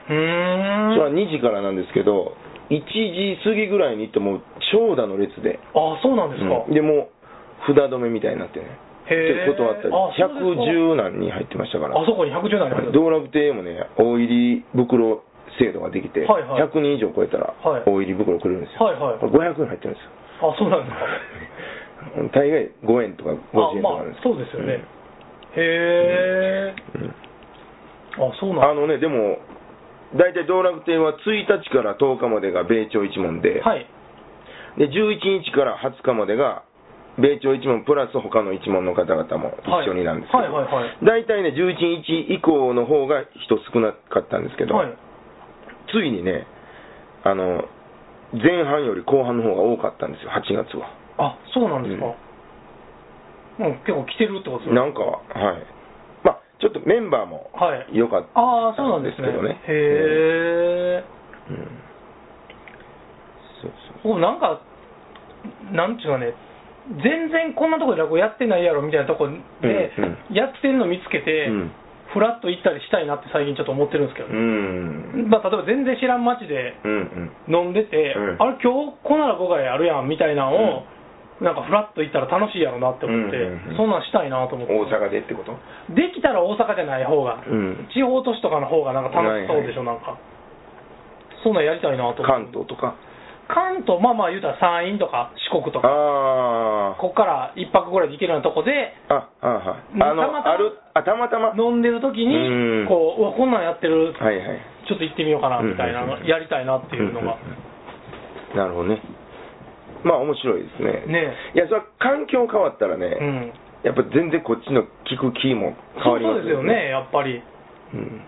Speaker 2: うー
Speaker 1: それは
Speaker 2: ん。
Speaker 1: 2時からなんですけど、1時過ぎぐらいに行ってもう長蛇の列で、
Speaker 2: あ、そうなんですか。
Speaker 1: うんでもう札止めみたいになってね、っ
Speaker 2: へえ。
Speaker 1: てことあったり、
Speaker 2: あそうですか
Speaker 1: 110何人入ってましたから、
Speaker 2: あそこに110台あります。
Speaker 1: 道楽亭もね、大入り袋制度ができて、
Speaker 2: はいはい
Speaker 1: 100人以上超えたら
Speaker 2: はい
Speaker 1: 大入り袋くれるんですよ、
Speaker 2: はいはい
Speaker 1: これ500円入ってるんですよ。
Speaker 2: あ、そうなんです か。
Speaker 1: 大概5円とか50円とか
Speaker 2: あ、ま
Speaker 1: なん
Speaker 2: あ
Speaker 1: です、
Speaker 2: そうですよね。へえ。
Speaker 1: うんうん
Speaker 2: あ、そうなん
Speaker 1: あのね、でも、大体道楽亭は1日から10日までが米朝一門で、
Speaker 2: はい。
Speaker 1: で11日から20日までが米朝一門プラス他の一門の方々も一緒になんですけど、
Speaker 2: はいはいはいはい
Speaker 1: 大体ね11日以降の方が人少なかったんですけど、
Speaker 2: はい。
Speaker 1: ついにねあの前半より後半の方が多かったんですよ8月は
Speaker 2: あ、そうなんですか。うん、結構来てるってことです
Speaker 1: なんかはいまあちょっとメンバーも
Speaker 2: はい。
Speaker 1: 良かっ
Speaker 2: ああ、そう
Speaker 1: た
Speaker 2: なんん
Speaker 1: で
Speaker 2: ですす
Speaker 1: け
Speaker 2: ね。
Speaker 1: どね
Speaker 2: へえ。
Speaker 1: うんうんそうそう
Speaker 2: 僕なんか、なんちゅうかね、全然こんなとこで落語やってないやろみたいなとこで、
Speaker 1: うん
Speaker 2: やってるの見つけて、
Speaker 1: うん
Speaker 2: ふらっと行ったりしたいなって最近ちょっと思ってるんですけど
Speaker 1: う
Speaker 2: ね、
Speaker 1: ん
Speaker 2: まあ、例えば全然知らん街で
Speaker 1: うんうん
Speaker 2: 飲んでて、
Speaker 1: うん
Speaker 2: あれ、今日こんな落語会やるやんみたいなのを、なんかふらっと行ったら楽しいやろなって思って、
Speaker 1: うんうんうん
Speaker 2: そんなんしたいなと思
Speaker 1: 大阪
Speaker 2: って。
Speaker 1: でってこと
Speaker 2: できたら大阪じゃない方が、
Speaker 1: うん
Speaker 2: 地方都市とかの方がなんか楽しそうでしょ、なんか。そんなんやりたいなと思っ
Speaker 1: 関
Speaker 2: て
Speaker 1: 東とか
Speaker 2: 関東、まあまあ言うたら山陰とか四国とか、
Speaker 1: ああ
Speaker 2: こっから一泊ぐらいで行けるようなとこで、
Speaker 1: あ、あはい。あ
Speaker 2: たま
Speaker 1: の、
Speaker 2: たま
Speaker 1: ある、あ、たまたま。はい
Speaker 2: 飲んでる時
Speaker 1: うん
Speaker 2: に、こう、うわ、こんなんやってる、
Speaker 1: はい。
Speaker 2: ちょっと行ってみようかな、みたいな
Speaker 1: うんうんう
Speaker 2: の、
Speaker 1: ん
Speaker 2: やりたいなっていうのが。
Speaker 1: うんなるほどね。まあ面白いですね。
Speaker 2: ね
Speaker 1: いや、それは環境変わったらね、
Speaker 2: うん。
Speaker 1: やっぱ全然こっちの聞く気も変
Speaker 2: そ
Speaker 1: わ
Speaker 2: う
Speaker 1: りま
Speaker 2: そう
Speaker 1: す
Speaker 2: ですよね、やっぱり。
Speaker 1: すよね。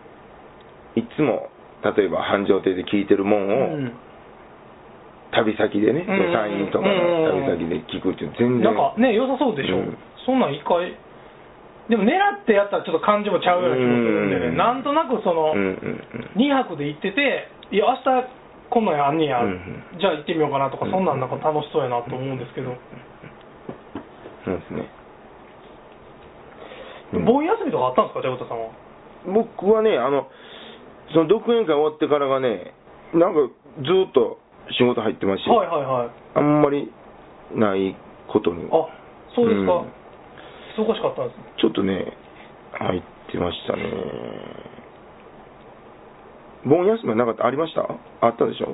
Speaker 1: うん。いつも、例えば繁盛亭で聞いてるも
Speaker 2: うん
Speaker 1: を、
Speaker 2: ん。
Speaker 1: 旅先でね、
Speaker 2: うんうんうん
Speaker 1: 山陰とかの旅先で聞くっていう全然。
Speaker 2: なんかね、良さそうでしょ
Speaker 1: うん。
Speaker 2: そんなん一回、でも狙ってやったらちょっと感じもちゃうような気もするんで
Speaker 1: う
Speaker 2: ね、
Speaker 1: ん
Speaker 2: なんとなくその
Speaker 1: うん、うん
Speaker 2: 2泊で行ってて、いや、明日こんなんやんねや
Speaker 1: うん、
Speaker 2: じゃあ行ってみようかなとか
Speaker 1: う、ん
Speaker 2: そんなんなんか楽しそうやなと思うんですけど、
Speaker 1: うん。そうですね。うん
Speaker 2: 盆休みとかあったんですか、ジャグタさんは。
Speaker 1: 僕はね、あの、その独演会終わってからがね、なんかずっと仕事入ってましたし、
Speaker 2: はいはいはい。
Speaker 1: あんまりないことに、
Speaker 2: あそうです
Speaker 1: う
Speaker 2: か
Speaker 1: ん、
Speaker 2: 忙しかったんですね。
Speaker 1: ちょっとね、入ってましたね。盆休みはなかった、ありましたあったでしょ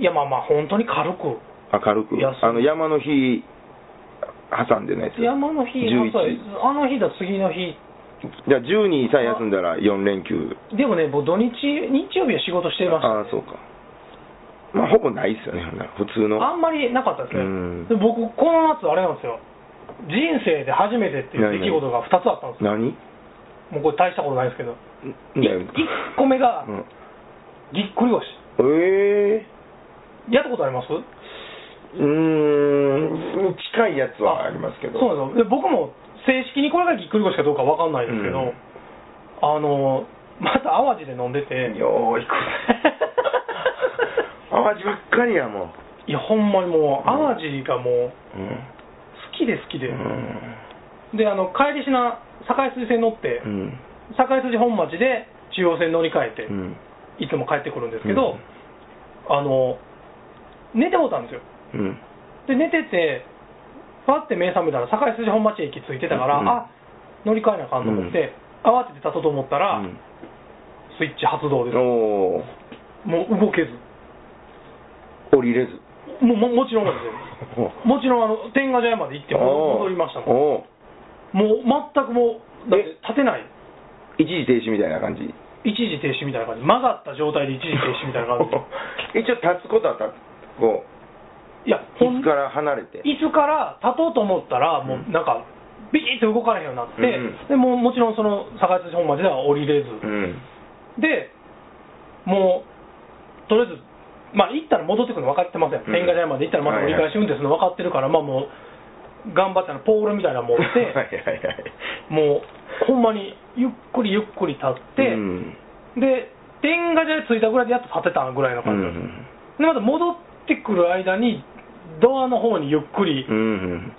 Speaker 2: いや、まあまあ、本当に軽く、
Speaker 1: 明るく
Speaker 2: 休。み
Speaker 1: あの、山の日、挟んでないやつ。
Speaker 2: 山の日、
Speaker 1: 11
Speaker 2: あの日だ、次の日、
Speaker 1: じゃあ12さえ休んだら4連休。
Speaker 2: でもね、僕、土日、日曜日は仕事してました、
Speaker 1: ああ、そうか。まあ、ほぼないっすよね、ほんなら普通の。
Speaker 2: あんまりなかったですね、
Speaker 1: うん
Speaker 2: で僕、この夏、あれなんですよ、人生で初めてっていう出来事が2つあったんですよ、
Speaker 1: 何
Speaker 2: もうこれ、大したことないですけど、
Speaker 1: んだよ
Speaker 2: 1個目が
Speaker 1: うん
Speaker 2: ぎっくり腰、
Speaker 1: ええ
Speaker 2: やったことあります
Speaker 1: うーん、近いやつはありますけど。
Speaker 2: そうなんですよで僕も正式にこれがぎっくり腰かどうかわかんないですけど、
Speaker 1: うん
Speaker 2: あのまた淡路で飲んでて、
Speaker 1: よーい、これ。淡路ばっかりや、も
Speaker 2: いやほんまにもう淡路がもう
Speaker 1: う。うん。
Speaker 2: 好きで好きで、
Speaker 1: うん
Speaker 2: であの帰りしな堺筋線乗って、
Speaker 1: うん。
Speaker 2: 堺筋本町で中央線乗り換えて、
Speaker 1: うん。
Speaker 2: いつも帰ってくるんですけど、
Speaker 1: うん
Speaker 2: あの寝てもうたんですよ
Speaker 1: うん。
Speaker 2: で寝ててパって目覚めたら堺筋本町駅着いてたから、
Speaker 1: うん
Speaker 2: あ乗り換えなあかんと思って、慌てて立とうと思ったら、スイッチ発動です
Speaker 1: おー
Speaker 2: もう動けず、
Speaker 1: 降りれ ず。
Speaker 2: もうももちろんですよもちろんあの天下茶屋まで行っても戻りましたもん。
Speaker 1: おー
Speaker 2: もう全くもう、だって立てない、
Speaker 1: 一時停止みたいな感じ
Speaker 2: 一時停止みたいな感じ、曲がった状態で一時停止みたいな感
Speaker 1: 一応立つことは立つこ
Speaker 2: じ、いや、
Speaker 1: う
Speaker 2: ほん
Speaker 1: 椅子から離れて
Speaker 2: 椅子から立とうと思ったら、も
Speaker 1: う
Speaker 2: うなんか、ビーって動かれへんようになって、
Speaker 1: うん
Speaker 2: でもうもちろんその坂井本町では降りれず、
Speaker 1: うん
Speaker 2: で、もう、とりあえず、まあ、行ったら戻ってくるの分かってますやん、
Speaker 1: うん
Speaker 2: 天下茶屋まで行ったらまた折り返し運転するの分かってるから、まあもう、頑張ってあのポールみたいなの持っ
Speaker 1: はいはい
Speaker 2: て、
Speaker 1: はい
Speaker 2: もう、ほんまにゆっくりゆっくり立って、
Speaker 1: うん
Speaker 2: で、天下茶屋着いたぐらいでやっと立てたぐらいの
Speaker 1: う
Speaker 2: 感じなんですよ、
Speaker 1: ん
Speaker 2: で、また戻ってくる間に、ドアの方にゆっくり
Speaker 1: うん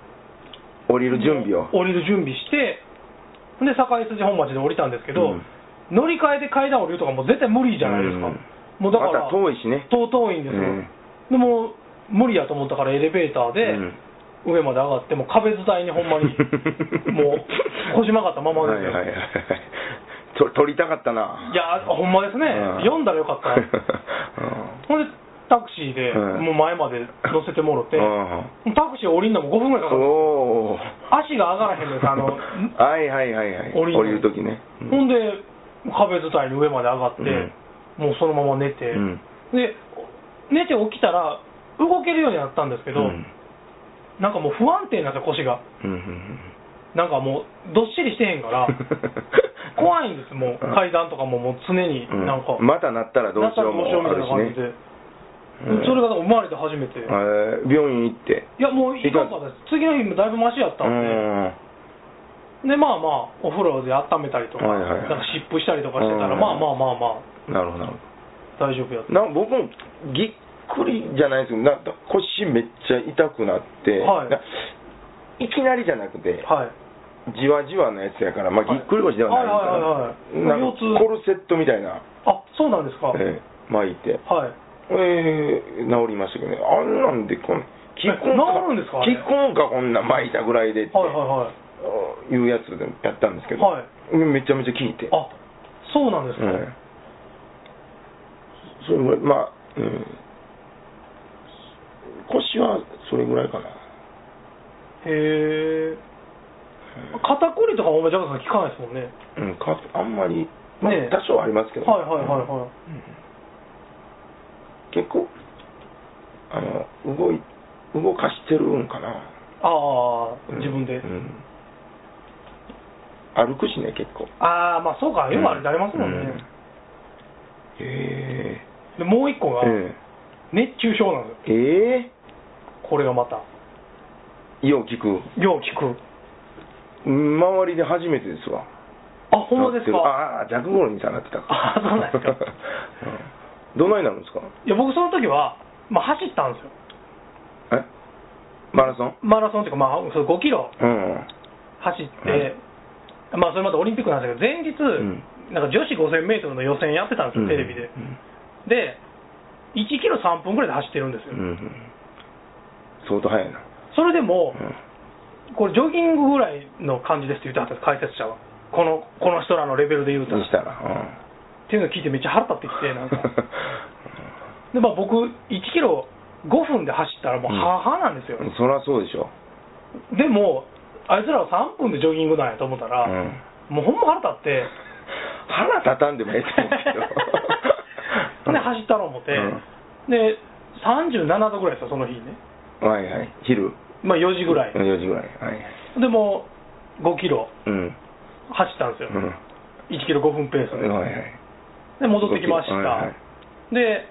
Speaker 1: 降りる準備を
Speaker 2: 降りる準備して、で、堺筋本町で降りたんですけど、
Speaker 1: うん
Speaker 2: 乗り換えで階段降りるとかもう絶対無理じゃないですか。
Speaker 1: うん
Speaker 2: もうだから、
Speaker 1: また遠いしね
Speaker 2: 遠遠いんですよ。
Speaker 1: うん
Speaker 2: でも、無理やと思ったからエレベーターで、
Speaker 1: うん、
Speaker 2: 上まで上がって、もう壁伝いにほんまに もう、腰曲がったままですよ。
Speaker 1: はいはいはい
Speaker 2: い
Speaker 1: はいと撮りたかったな
Speaker 2: や、ほんまですね。
Speaker 1: うん
Speaker 2: 読んだらよ かった。ほんで、タクシーで、
Speaker 1: うん
Speaker 2: もう前まで乗せてもろて、
Speaker 1: うん
Speaker 2: タクシー降りんのも5分ぐらいかかる。
Speaker 1: お お
Speaker 2: 足が上がらへんのです、あの、
Speaker 1: はいはいはいはい
Speaker 2: 降りる
Speaker 1: 降りる時ねうん
Speaker 2: ほんで、壁伝いに上まで上がって、もうそのまま寝て、
Speaker 1: うん
Speaker 2: で、寝て起きたら、動けるようになったんですけど、
Speaker 1: うん
Speaker 2: なんかもう不安定になって腰が。
Speaker 1: うんうん
Speaker 2: なんかもう、どっしりしてへん から、怖いんです、もう、
Speaker 1: うん
Speaker 2: 階段とかももう常に
Speaker 1: うん
Speaker 2: なんか、
Speaker 1: またなったらどうしようも
Speaker 2: な
Speaker 1: あ
Speaker 2: ったら
Speaker 1: る
Speaker 2: どう
Speaker 1: し
Speaker 2: しようみたいな感じで
Speaker 1: ね、うん
Speaker 2: それがでも生まれて初めて、い
Speaker 1: えー病院行って
Speaker 2: や、もういかんかったです、次の日もだいぶマシやった
Speaker 1: うんん
Speaker 2: で、で、まあまあ、お風呂で温めたりとか、
Speaker 1: はいはいはい
Speaker 2: なんか湿布したりとかしてたら、
Speaker 1: うん
Speaker 2: まあまあまあまあ、
Speaker 1: なるほどなるほど
Speaker 2: 大丈夫やった。
Speaker 1: なんか僕もぎっくりじゃないですけど、なんか腰めっちゃ痛くなって、
Speaker 2: はい
Speaker 1: ないきなりじゃなくて、
Speaker 2: はい
Speaker 1: じわじわのやつやから、まあ、ぎっくり腰ではないの
Speaker 2: はいはいはいはい
Speaker 1: かな、なんか
Speaker 2: 腰痛
Speaker 1: コルセットみたいな、
Speaker 2: あそうなんですか、
Speaker 1: ええ巻いて、
Speaker 2: はい、
Speaker 1: えー治りましたけどね、あんなんでこん、
Speaker 2: え
Speaker 1: 効くんか、
Speaker 2: 治るんですかあ
Speaker 1: 効
Speaker 2: れ
Speaker 1: くんか、こんな巻いたぐらいでって、
Speaker 2: はいはいはい
Speaker 1: いうやつでやったんですけど、
Speaker 2: は
Speaker 1: めちゃめちゃ効いて。
Speaker 2: あそうなんですか、
Speaker 1: ええそれぐらい、まあ、うん、腰はそれぐらいかな。
Speaker 2: へえ肩こりとかもジャガさん聞かないですもんね
Speaker 1: うん、かあんまり、まあ
Speaker 2: ねえ
Speaker 1: 多少ありますけど、
Speaker 2: はいはいはいはい
Speaker 1: 結構あの動い、動かしてるんかな、
Speaker 2: ああ
Speaker 1: うん
Speaker 2: 自分で、
Speaker 1: うん歩くしね、結構。
Speaker 2: ああまあそうか今あれなりますもんね、
Speaker 1: うへ
Speaker 2: でもう一個が
Speaker 1: ええ
Speaker 2: 熱中症なんですよ
Speaker 1: ええ
Speaker 2: これがまた
Speaker 1: えよう聞く、
Speaker 2: よう聞く
Speaker 1: うん周りで初めてですわ。
Speaker 2: あほんまですか
Speaker 1: ああ、ジャックゴロにさんなってたか。
Speaker 2: あそうなんですか
Speaker 1: うんどないなるんですか
Speaker 2: いや僕その時は、まあ、走ったんですよ
Speaker 1: えマラソン
Speaker 2: マラソンっていうか、まあ、そう5キロ
Speaker 1: うん。
Speaker 2: 走って、まあ、それまたオリンピックなんですけど、前日、
Speaker 1: ん
Speaker 2: なんか女子5000メートルの予選やってたんですよ、テレビで
Speaker 1: う。ん
Speaker 2: で、1キロ3分ぐらいで走ってるんです
Speaker 1: う
Speaker 2: よ。
Speaker 1: ん。相当早いな。
Speaker 2: それでも、
Speaker 1: う
Speaker 2: これ、ジョギングぐらいの感じですって言ってはったんです、解説者は。このこの人らのレベルで言うと。
Speaker 1: ん。に
Speaker 2: っ
Speaker 1: したら。。
Speaker 2: ていうのを聞いて、めっちゃ腹立ってきて、なんかで、まあ、僕、1キロ5分で走ったら、もう、
Speaker 1: うん
Speaker 2: ははなんですよ。
Speaker 1: うん。そりゃそうでしょ。
Speaker 2: でも、あいつらは3分でジョギングなんやと思ったら、
Speaker 1: うん
Speaker 2: もうほんま腹立って。。
Speaker 1: 腹立たんでもええと思うけど
Speaker 2: で走ったろう思って、
Speaker 1: うん
Speaker 2: で37度ぐらいですよその日ね、
Speaker 1: はいはい。昼
Speaker 2: まあ、4時ぐらい、
Speaker 1: うん ?4 時ぐらい。はい。
Speaker 2: でもう5キロ
Speaker 1: うん。
Speaker 2: 走ったんですよ、
Speaker 1: う
Speaker 2: 1キロ5分ペースで
Speaker 1: ん。はいはい。
Speaker 2: で戻ってきました、
Speaker 1: はいはい
Speaker 2: で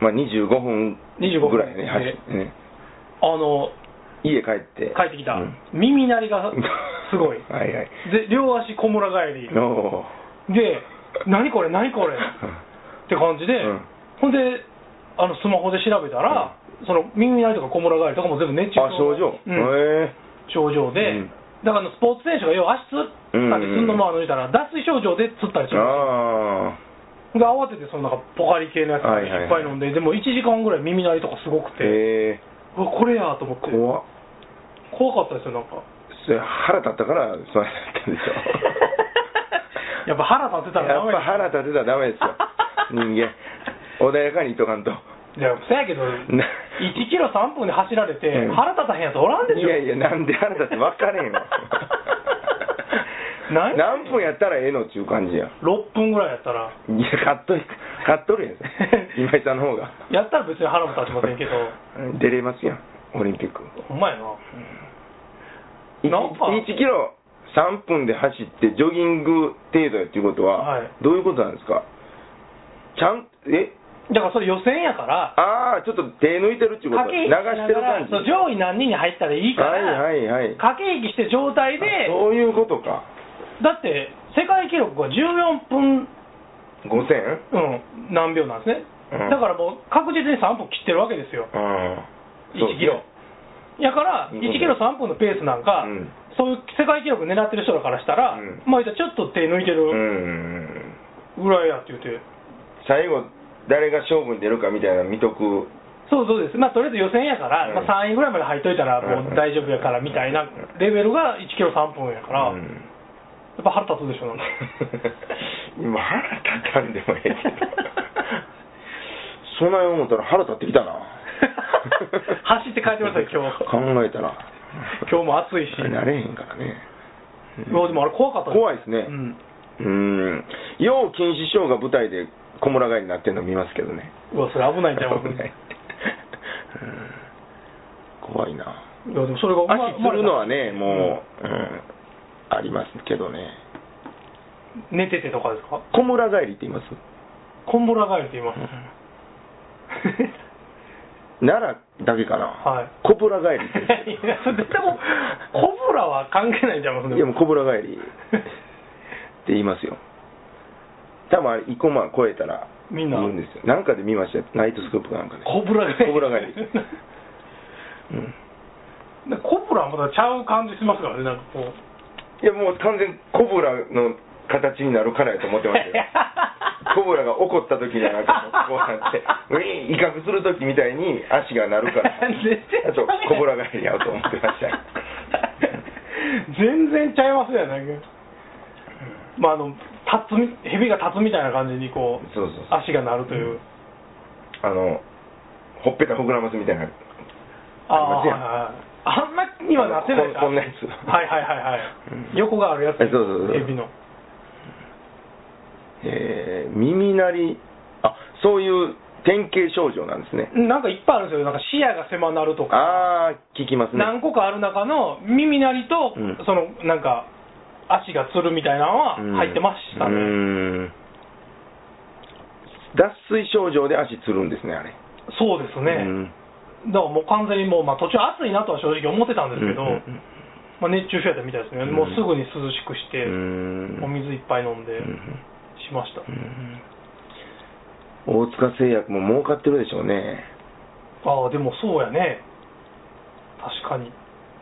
Speaker 1: まあ25分
Speaker 2: 25分
Speaker 1: ぐらいね。走
Speaker 2: で
Speaker 1: ってね
Speaker 2: あの
Speaker 1: 家帰って。
Speaker 2: 帰ってきた、
Speaker 1: うん
Speaker 2: 耳鳴りが す ごい
Speaker 1: はいはい。
Speaker 2: で両足小村返り
Speaker 1: お
Speaker 2: で何これ何これって感じで、
Speaker 1: うん
Speaker 2: ほんであのスマホで調べたら、その耳鳴りとか小村返りとかも全部熱中
Speaker 1: あ、症状。
Speaker 2: うん
Speaker 1: へえ。
Speaker 2: 症状で、
Speaker 1: うん
Speaker 2: だからあのスポーツ選手が要は足つったりするのもあるみたいな、脱水症状でつったりする
Speaker 1: あ
Speaker 2: で慌ててそのなんかポカリ系のやつ
Speaker 1: はいいはいはい
Speaker 2: っぱい飲んで、でも1時間ぐらい耳鳴りとかすごく
Speaker 1: あ。
Speaker 2: て、
Speaker 1: へえ。
Speaker 2: うわこれやと思って、
Speaker 1: 怖っ。
Speaker 2: 怖かったですよ、なんか。
Speaker 1: それ腹立ったから、そうやった んでしょ。
Speaker 2: やっぱ腹立てたら
Speaker 1: や
Speaker 2: ダ
Speaker 1: っ
Speaker 2: メ
Speaker 1: ぱ腹立てたらダメです よ。人間。穏やかにいとかんと。
Speaker 2: いや、そやけど、
Speaker 1: な
Speaker 2: 1キロ3分で走られて
Speaker 1: うん、
Speaker 2: 腹立たへんやつおらんでしょ。
Speaker 1: いやいや、なんで腹立って分かれへんわ。
Speaker 2: 何
Speaker 1: 何分やったらええのっちゅう感じや。
Speaker 2: 6分ぐらいやったら
Speaker 1: いや、買っとる、買っとるやん。今井さんの方が。
Speaker 2: やったら別に腹も立ちませんけど
Speaker 1: 出れますやん、オリンピック。
Speaker 2: ほんまやな
Speaker 1: 1,
Speaker 2: なんか
Speaker 1: キロ3分で走ってジョギング程度やっていうことは、
Speaker 2: はい
Speaker 1: どういうことなんですかちゃん、え
Speaker 2: だからそれ予選やから
Speaker 1: ああ、ちょっと手抜いてるっていうこと
Speaker 2: 駆
Speaker 1: 流し
Speaker 2: け引きしな
Speaker 1: てる
Speaker 2: が
Speaker 1: 感
Speaker 2: ら
Speaker 1: じ。
Speaker 2: そう上位何人に入ったらいいから、
Speaker 1: はいはいはい。
Speaker 2: 駆け引きして状態で
Speaker 1: そういうことか。
Speaker 2: だって世界記録が14分、
Speaker 1: 5000?
Speaker 2: うん、何秒なんですね、
Speaker 1: うん
Speaker 2: だからもう確実に3分切ってるわけですよ
Speaker 1: うん。
Speaker 2: 1キロやから
Speaker 1: うん
Speaker 2: 1キロ3分のペースなんか、
Speaker 1: うん
Speaker 2: そういう世界記録狙ってる人らからしたら、
Speaker 1: うん
Speaker 2: まあ言ったらちょっと手抜いて
Speaker 1: そうん。
Speaker 2: るぐらいやって言って、
Speaker 1: 最後、誰が勝負に出るかみたいなの見とく。
Speaker 2: そうそうです、まあ、とりあえず予選やから、
Speaker 1: うん
Speaker 2: まあ、3位ぐらいまで入っといたらもう大丈夫やからみたいなレベルが1キロ3分やから、
Speaker 1: う
Speaker 2: や
Speaker 1: ん
Speaker 2: っぱ腹立つでし ょなんか
Speaker 1: 今腹立たんでもええけど。そない思ったら腹立ってきたな。
Speaker 2: 走って帰ってください今日
Speaker 1: 考えたら。
Speaker 2: 今日も暑いし、
Speaker 1: 慣れへんからね。
Speaker 2: いやでもあれ怖かった
Speaker 1: 怖いですね
Speaker 2: うん
Speaker 1: うん。よう禁止症が舞台で小村がいになってるの見ますけ どね。
Speaker 2: うわそれ危ないんちゃう
Speaker 1: 危ないうん怖いな。
Speaker 2: いやでもそれが
Speaker 1: 足つるのはね、
Speaker 2: 生まれた
Speaker 1: もう、うんありますけどね。
Speaker 2: うん寝ててとかですか
Speaker 1: 小村帰りって言います
Speaker 2: コンボラ帰りって言います、
Speaker 1: 奈良だけかな。
Speaker 2: はい
Speaker 1: 小村帰りって
Speaker 2: いやそれ絶対もうコブラは関係ないんちゃいます
Speaker 1: 言う
Speaker 2: ね
Speaker 1: いや、もう小村帰りって言いますよ。多分あれ、生駒越えたら、
Speaker 2: みんな
Speaker 1: 言うんですよ。なんかで見ましたよ。ナイトスクープかなんかで。
Speaker 2: コブラ帰り
Speaker 1: 小村帰りうん
Speaker 2: でコブラはまたちゃう感じしますからねなんかこう
Speaker 1: いや、もう完全、コブラの形になるからやと思ってましたよ。コブラが怒った時じゃなくて、こうなって、 ウィーン威嚇する時みたいに足が鳴るから
Speaker 2: 全然、
Speaker 1: あと、コブラがやと思ってましたよ。
Speaker 2: 全然ちゃいますよねまああの立つみ蛇が立つみたいな感じにこう
Speaker 1: そうそうそう
Speaker 2: 足が鳴るという、
Speaker 1: あの、ほっぺた膨らますみたいな。
Speaker 2: あ
Speaker 1: ありますやん
Speaker 2: あーはいはいはいあんなにはなってないです
Speaker 1: こんこんなやつ
Speaker 2: はいはいはいはい、
Speaker 1: うん
Speaker 2: 横があるやつ
Speaker 1: そうそうそう
Speaker 2: 蛇の
Speaker 1: えー、耳鳴り、あ、そういう典型症状なんですね。
Speaker 2: なんかいっぱいあるんですよなんか視野が狭なるとか
Speaker 1: あー、聞きますね。
Speaker 2: 何個かある中の耳鳴りと、
Speaker 1: うん
Speaker 2: そのなんか足がつるみたいなのは
Speaker 1: うん
Speaker 2: 入ってました
Speaker 1: う
Speaker 2: ね、
Speaker 1: ーん脱水症状で足つるんですね、あれ。
Speaker 2: そうですね、だからもう完全にもう、まあ、途中暑いなとは正直思ってた
Speaker 1: う
Speaker 2: んで
Speaker 1: ん。
Speaker 2: すけど、
Speaker 1: うん
Speaker 2: まあ、熱中症やったみたいですね、
Speaker 1: うん
Speaker 2: もうすぐに涼しくして、
Speaker 1: うん
Speaker 2: お水いっぱい飲んで
Speaker 1: うん
Speaker 2: しました、
Speaker 1: 大塚製薬も儲かってるでしょうね、
Speaker 2: ああでもそうやね確かに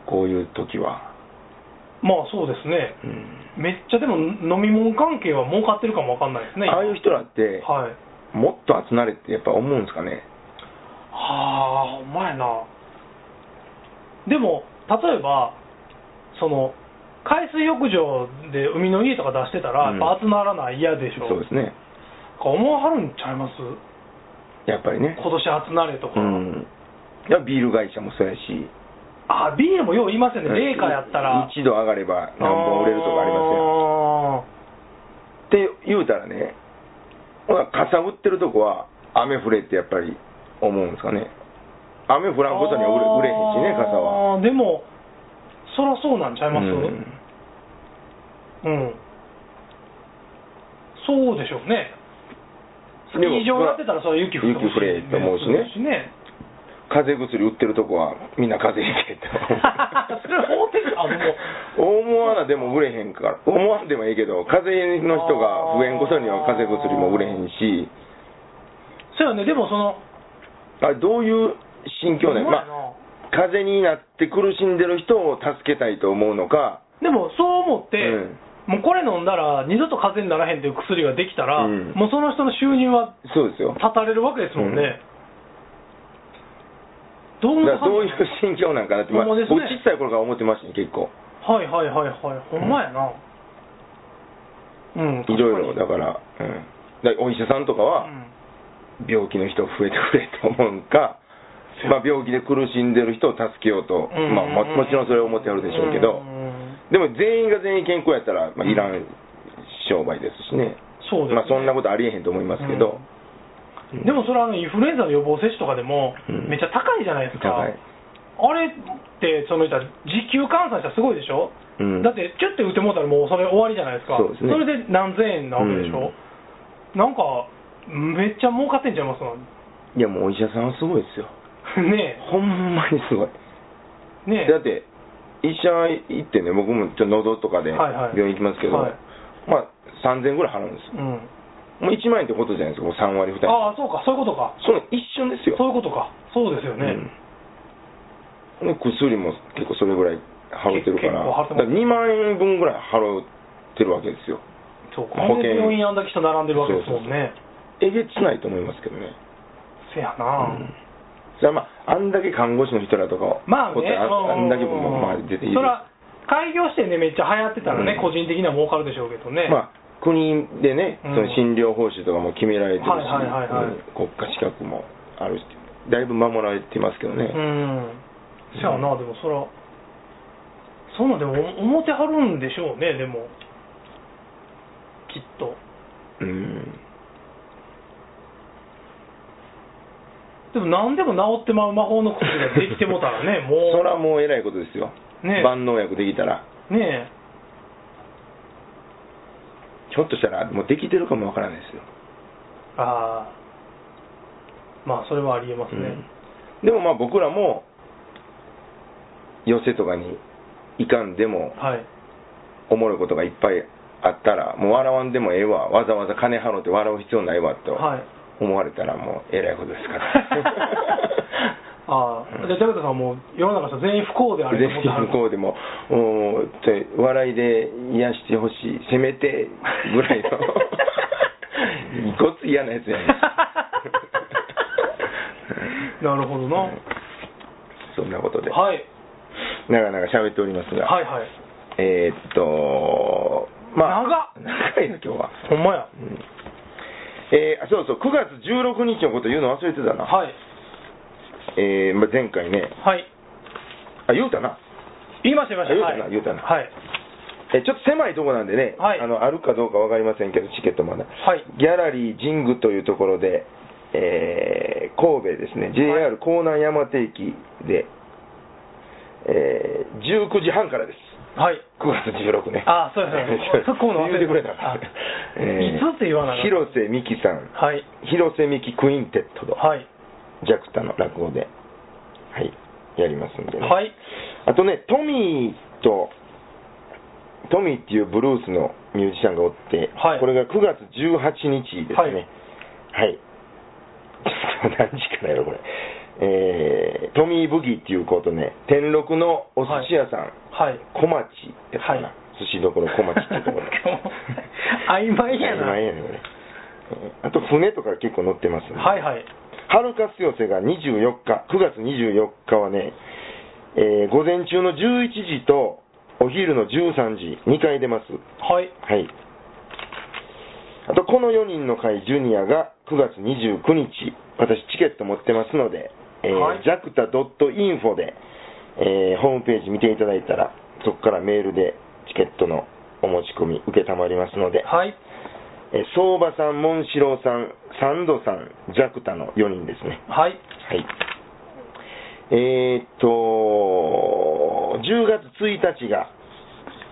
Speaker 1: こういう時は。
Speaker 2: まあそうですね
Speaker 1: うん
Speaker 2: めっちゃでも飲み物関係は儲かってるかもわかんないですね
Speaker 1: ああいう人らって、
Speaker 2: はい
Speaker 1: もっと集まれってやっぱ思うんですかね。
Speaker 2: はあお前なでも例えばその海水浴場で海の家とか出してたら、
Speaker 1: うん
Speaker 2: やっぱ集まらない嫌でしょ
Speaker 1: そうですね。
Speaker 2: 思わはるんちゃいます
Speaker 1: やっぱりね。
Speaker 2: 今年集まれとか、
Speaker 1: うん。いやビール会社もそうやし。
Speaker 2: あビールもよう言いますよね冷夏やったら
Speaker 1: 一度上がれば何本売れるとかありますよ。
Speaker 2: よ
Speaker 1: って言うたらね、ほら傘売ってるとこは雨降れってやっぱり思うんですかね。雨降らんことには売れ売れへんしね、傘は。
Speaker 2: でもそらそうなんちゃいます
Speaker 1: うん
Speaker 2: うん、そうでしょうねスキ
Speaker 1: でも
Speaker 2: ー場やってたらそれは雪降ってほ
Speaker 1: 雪
Speaker 2: しい
Speaker 1: 降れと思うしね
Speaker 2: 降るね
Speaker 1: 風邪薬売ってるとこはみんな風邪ひけって
Speaker 2: それ法的あでも
Speaker 1: 思わなでも売れへんから思わんでもええけど風邪の人が増えんことには風邪薬も売れへんし
Speaker 2: そうよねでもその
Speaker 1: あれどういう心境ね
Speaker 2: ほんまや
Speaker 1: まあ風邪になって苦しんでる人を助けたいと思うのか
Speaker 2: なでもそう思って、
Speaker 1: うん
Speaker 2: もうこれ飲んだら二度と風邪にならへんっていう薬ができたら、
Speaker 1: うん
Speaker 2: もうその人の収入は
Speaker 1: そうですよだか
Speaker 2: 断たれるわけですもんね、どうも
Speaker 1: らどういう心境なんかなって、まあ、
Speaker 2: ほんま
Speaker 1: 僕
Speaker 2: ですね
Speaker 1: 小さい頃から思ってましたね結構
Speaker 2: はいはいはいはいほんまやな
Speaker 1: い
Speaker 2: うん
Speaker 1: ろいろ
Speaker 2: 確か
Speaker 1: だから,、うん、だからお医者さんとかは、
Speaker 2: にうん
Speaker 1: 病気の人増えてくれと思うんか、まあ、病気で苦しんでる人を助けようと、
Speaker 2: うん
Speaker 1: まあ、ももちろんそれを思ってやるでしょうけど
Speaker 2: ん
Speaker 1: でも全員が全員健康やったら、まあ、いらん商売ですしね、
Speaker 2: そうですね
Speaker 1: まあ、そんなことありえへんと思いますけど、うん
Speaker 2: でもそれはあのインフルエンザの予防接種とかでも
Speaker 1: うん
Speaker 2: めっちゃ高いじゃないですか、
Speaker 1: 高い
Speaker 2: あれってその言ったら時給換算したらすごいでしょ、
Speaker 1: うん
Speaker 2: だってキュッて打ってもうたらもうそれ終わりじゃないですか
Speaker 1: そうですね
Speaker 2: れで何千円なわけでしょ、なんかめっちゃ儲かってんちゃいますか
Speaker 1: いやもうお医者さんはすごいですよ、
Speaker 2: ね
Speaker 1: ほんまにすごい。
Speaker 2: えねえ
Speaker 1: だって医者行ってね僕もちょっと喉とかで
Speaker 2: はいはい
Speaker 1: 病院行きますけど、
Speaker 2: はい
Speaker 1: まあ3000ぐらい払うんですよ
Speaker 2: うん、
Speaker 1: もう1万円ってことじゃないですかもう3割2人
Speaker 2: ああそうかそういうことか
Speaker 1: その一瞬ですよ
Speaker 2: そういうことかそうですよね、
Speaker 1: うんで薬も結構それぐらい払ってるから
Speaker 2: 結構払ってます
Speaker 1: だ2万円分ぐらい払ってるわけですよ
Speaker 2: そうか
Speaker 1: 保
Speaker 2: ほんで
Speaker 1: 険
Speaker 2: 病院あんだけ人並んでるわけですもんね
Speaker 1: えげつないと思いますけどね、
Speaker 2: せやな、
Speaker 1: うんそれはまああんだけ看護師の人らとか
Speaker 2: まあね、
Speaker 1: ああんだけ
Speaker 2: う
Speaker 1: もまあ出ている
Speaker 2: それは開業してね、めっちゃ流行ってたらね、
Speaker 1: うん
Speaker 2: 個人的には儲かるでしょうけどね、
Speaker 1: まあ、国でね、
Speaker 2: うん
Speaker 1: その診療報酬とかも決められてるし、
Speaker 2: はいはいはいはい
Speaker 1: うん国家資格もあるし、だいぶ守られてますけどね、
Speaker 2: うん、せやな、でもそら、そんなんでもお思ってはるんでしょうね、でも、きっと。
Speaker 1: うん、
Speaker 2: でも、なんでも治ってまう魔法の薬ができてもたらね、も、
Speaker 1: そうれはもうえらいことですよ、
Speaker 2: ね
Speaker 1: 万能薬できたら、
Speaker 2: ね
Speaker 1: ひょっとしたら、もうできてるかもわからないですよ、
Speaker 2: ああ、まあ、それはありえます
Speaker 1: う
Speaker 2: ね。
Speaker 1: んでもまあ、僕らも、寄せとかにいかんでも、
Speaker 2: はい
Speaker 1: おもろいことがいっぱいあったら、もう笑わんでもええわ、わざわざ金払って笑う必要ないわと
Speaker 2: はい
Speaker 1: 思われたら、もうえらいことです から。
Speaker 2: ああ、じゃあ、ジャルタさんはもう世の中の人全員不幸であると
Speaker 1: ぜ
Speaker 2: 思って
Speaker 1: ひ
Speaker 2: は
Speaker 1: 向
Speaker 2: る
Speaker 1: こうでも、おーちょい笑いで癒してほしい、せめてぐらいの、 ごっつ嫌なやつやねん
Speaker 2: なるほどな、
Speaker 1: うんそんなことで、
Speaker 2: はい
Speaker 1: 長々喋っておりますが、
Speaker 2: はいはい
Speaker 1: えーっと、まあ、長いな、今日は。
Speaker 2: ほんまや
Speaker 1: うんえーあそうそう、9月16日のこと言うの忘れてたな、
Speaker 2: はい
Speaker 1: えーまあ、前回ね、
Speaker 2: はい
Speaker 1: あ言うたな、
Speaker 2: 言いました言いました
Speaker 1: あ言うたな
Speaker 2: はい
Speaker 1: えーちょっと狭いとこなんでね、
Speaker 2: はい
Speaker 1: あのあるかどうか分かりませんけど、チケットまだ、
Speaker 2: はい
Speaker 1: ギャラリー神宮というところで、えー神戸ですね、JR 江南山手駅で、えー19時半からです、
Speaker 2: はい
Speaker 1: 9月16ね。
Speaker 2: あそうです ね突っ込むの
Speaker 1: 言
Speaker 2: 忘
Speaker 1: う
Speaker 2: れて
Speaker 1: てくれ
Speaker 2: た
Speaker 1: た
Speaker 2: あいつって言わなかった
Speaker 1: 広瀬美希さん、
Speaker 2: はい
Speaker 1: 広瀬美希クインテットと、
Speaker 2: はい
Speaker 1: ジャクタの落語で、はい、やりますんでね、
Speaker 2: はい
Speaker 1: あとね、トミーと、トミーっていうブルースのミュージシャンがおって、
Speaker 2: はい
Speaker 1: これが9月18日ですね。はい。何時からやろ、これ。えー、トミーブギーっていうことね、天禄のお寿司屋さん、
Speaker 2: はい
Speaker 1: 小町やったかな、
Speaker 2: はい
Speaker 1: 寿司どころ小町ってところ
Speaker 2: 曖昧やな
Speaker 1: 曖昧やね、これ。えーあと船とか結構乗ってますね。
Speaker 2: はいはい
Speaker 1: 春活寄せが24日、9月24日はね、えー午前中の11時とお昼の13時、2回出ます。
Speaker 2: はい
Speaker 1: はい。あと、この4人の会ジュニアが9月29日、私チケット持ってますので、えー
Speaker 2: はい
Speaker 1: jacta.info で、えーホームページ見ていただいたら、そこからメールでチケットのお持ち込み、受けたまりますので、
Speaker 2: はい
Speaker 1: えー相場さん、モンシローさん、サンドさん、ジャクタの4人ですね。
Speaker 2: はい
Speaker 1: はい。えーっと、10月1日が、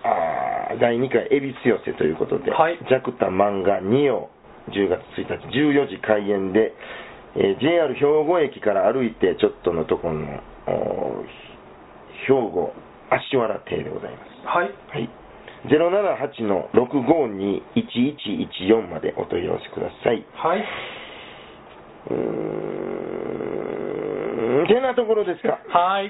Speaker 1: あー第2回恵比寿寄せということで、
Speaker 2: はい
Speaker 1: ジャクタ漫画2を10月1日14時開演で、えー JR 兵庫駅から歩いてちょっとのところの、おーひ兵庫足原亭でございます。
Speaker 2: はい
Speaker 1: はい、078の6521114までお問い合わせください。
Speaker 2: はいう
Speaker 1: ーん、てなところですか。
Speaker 2: はい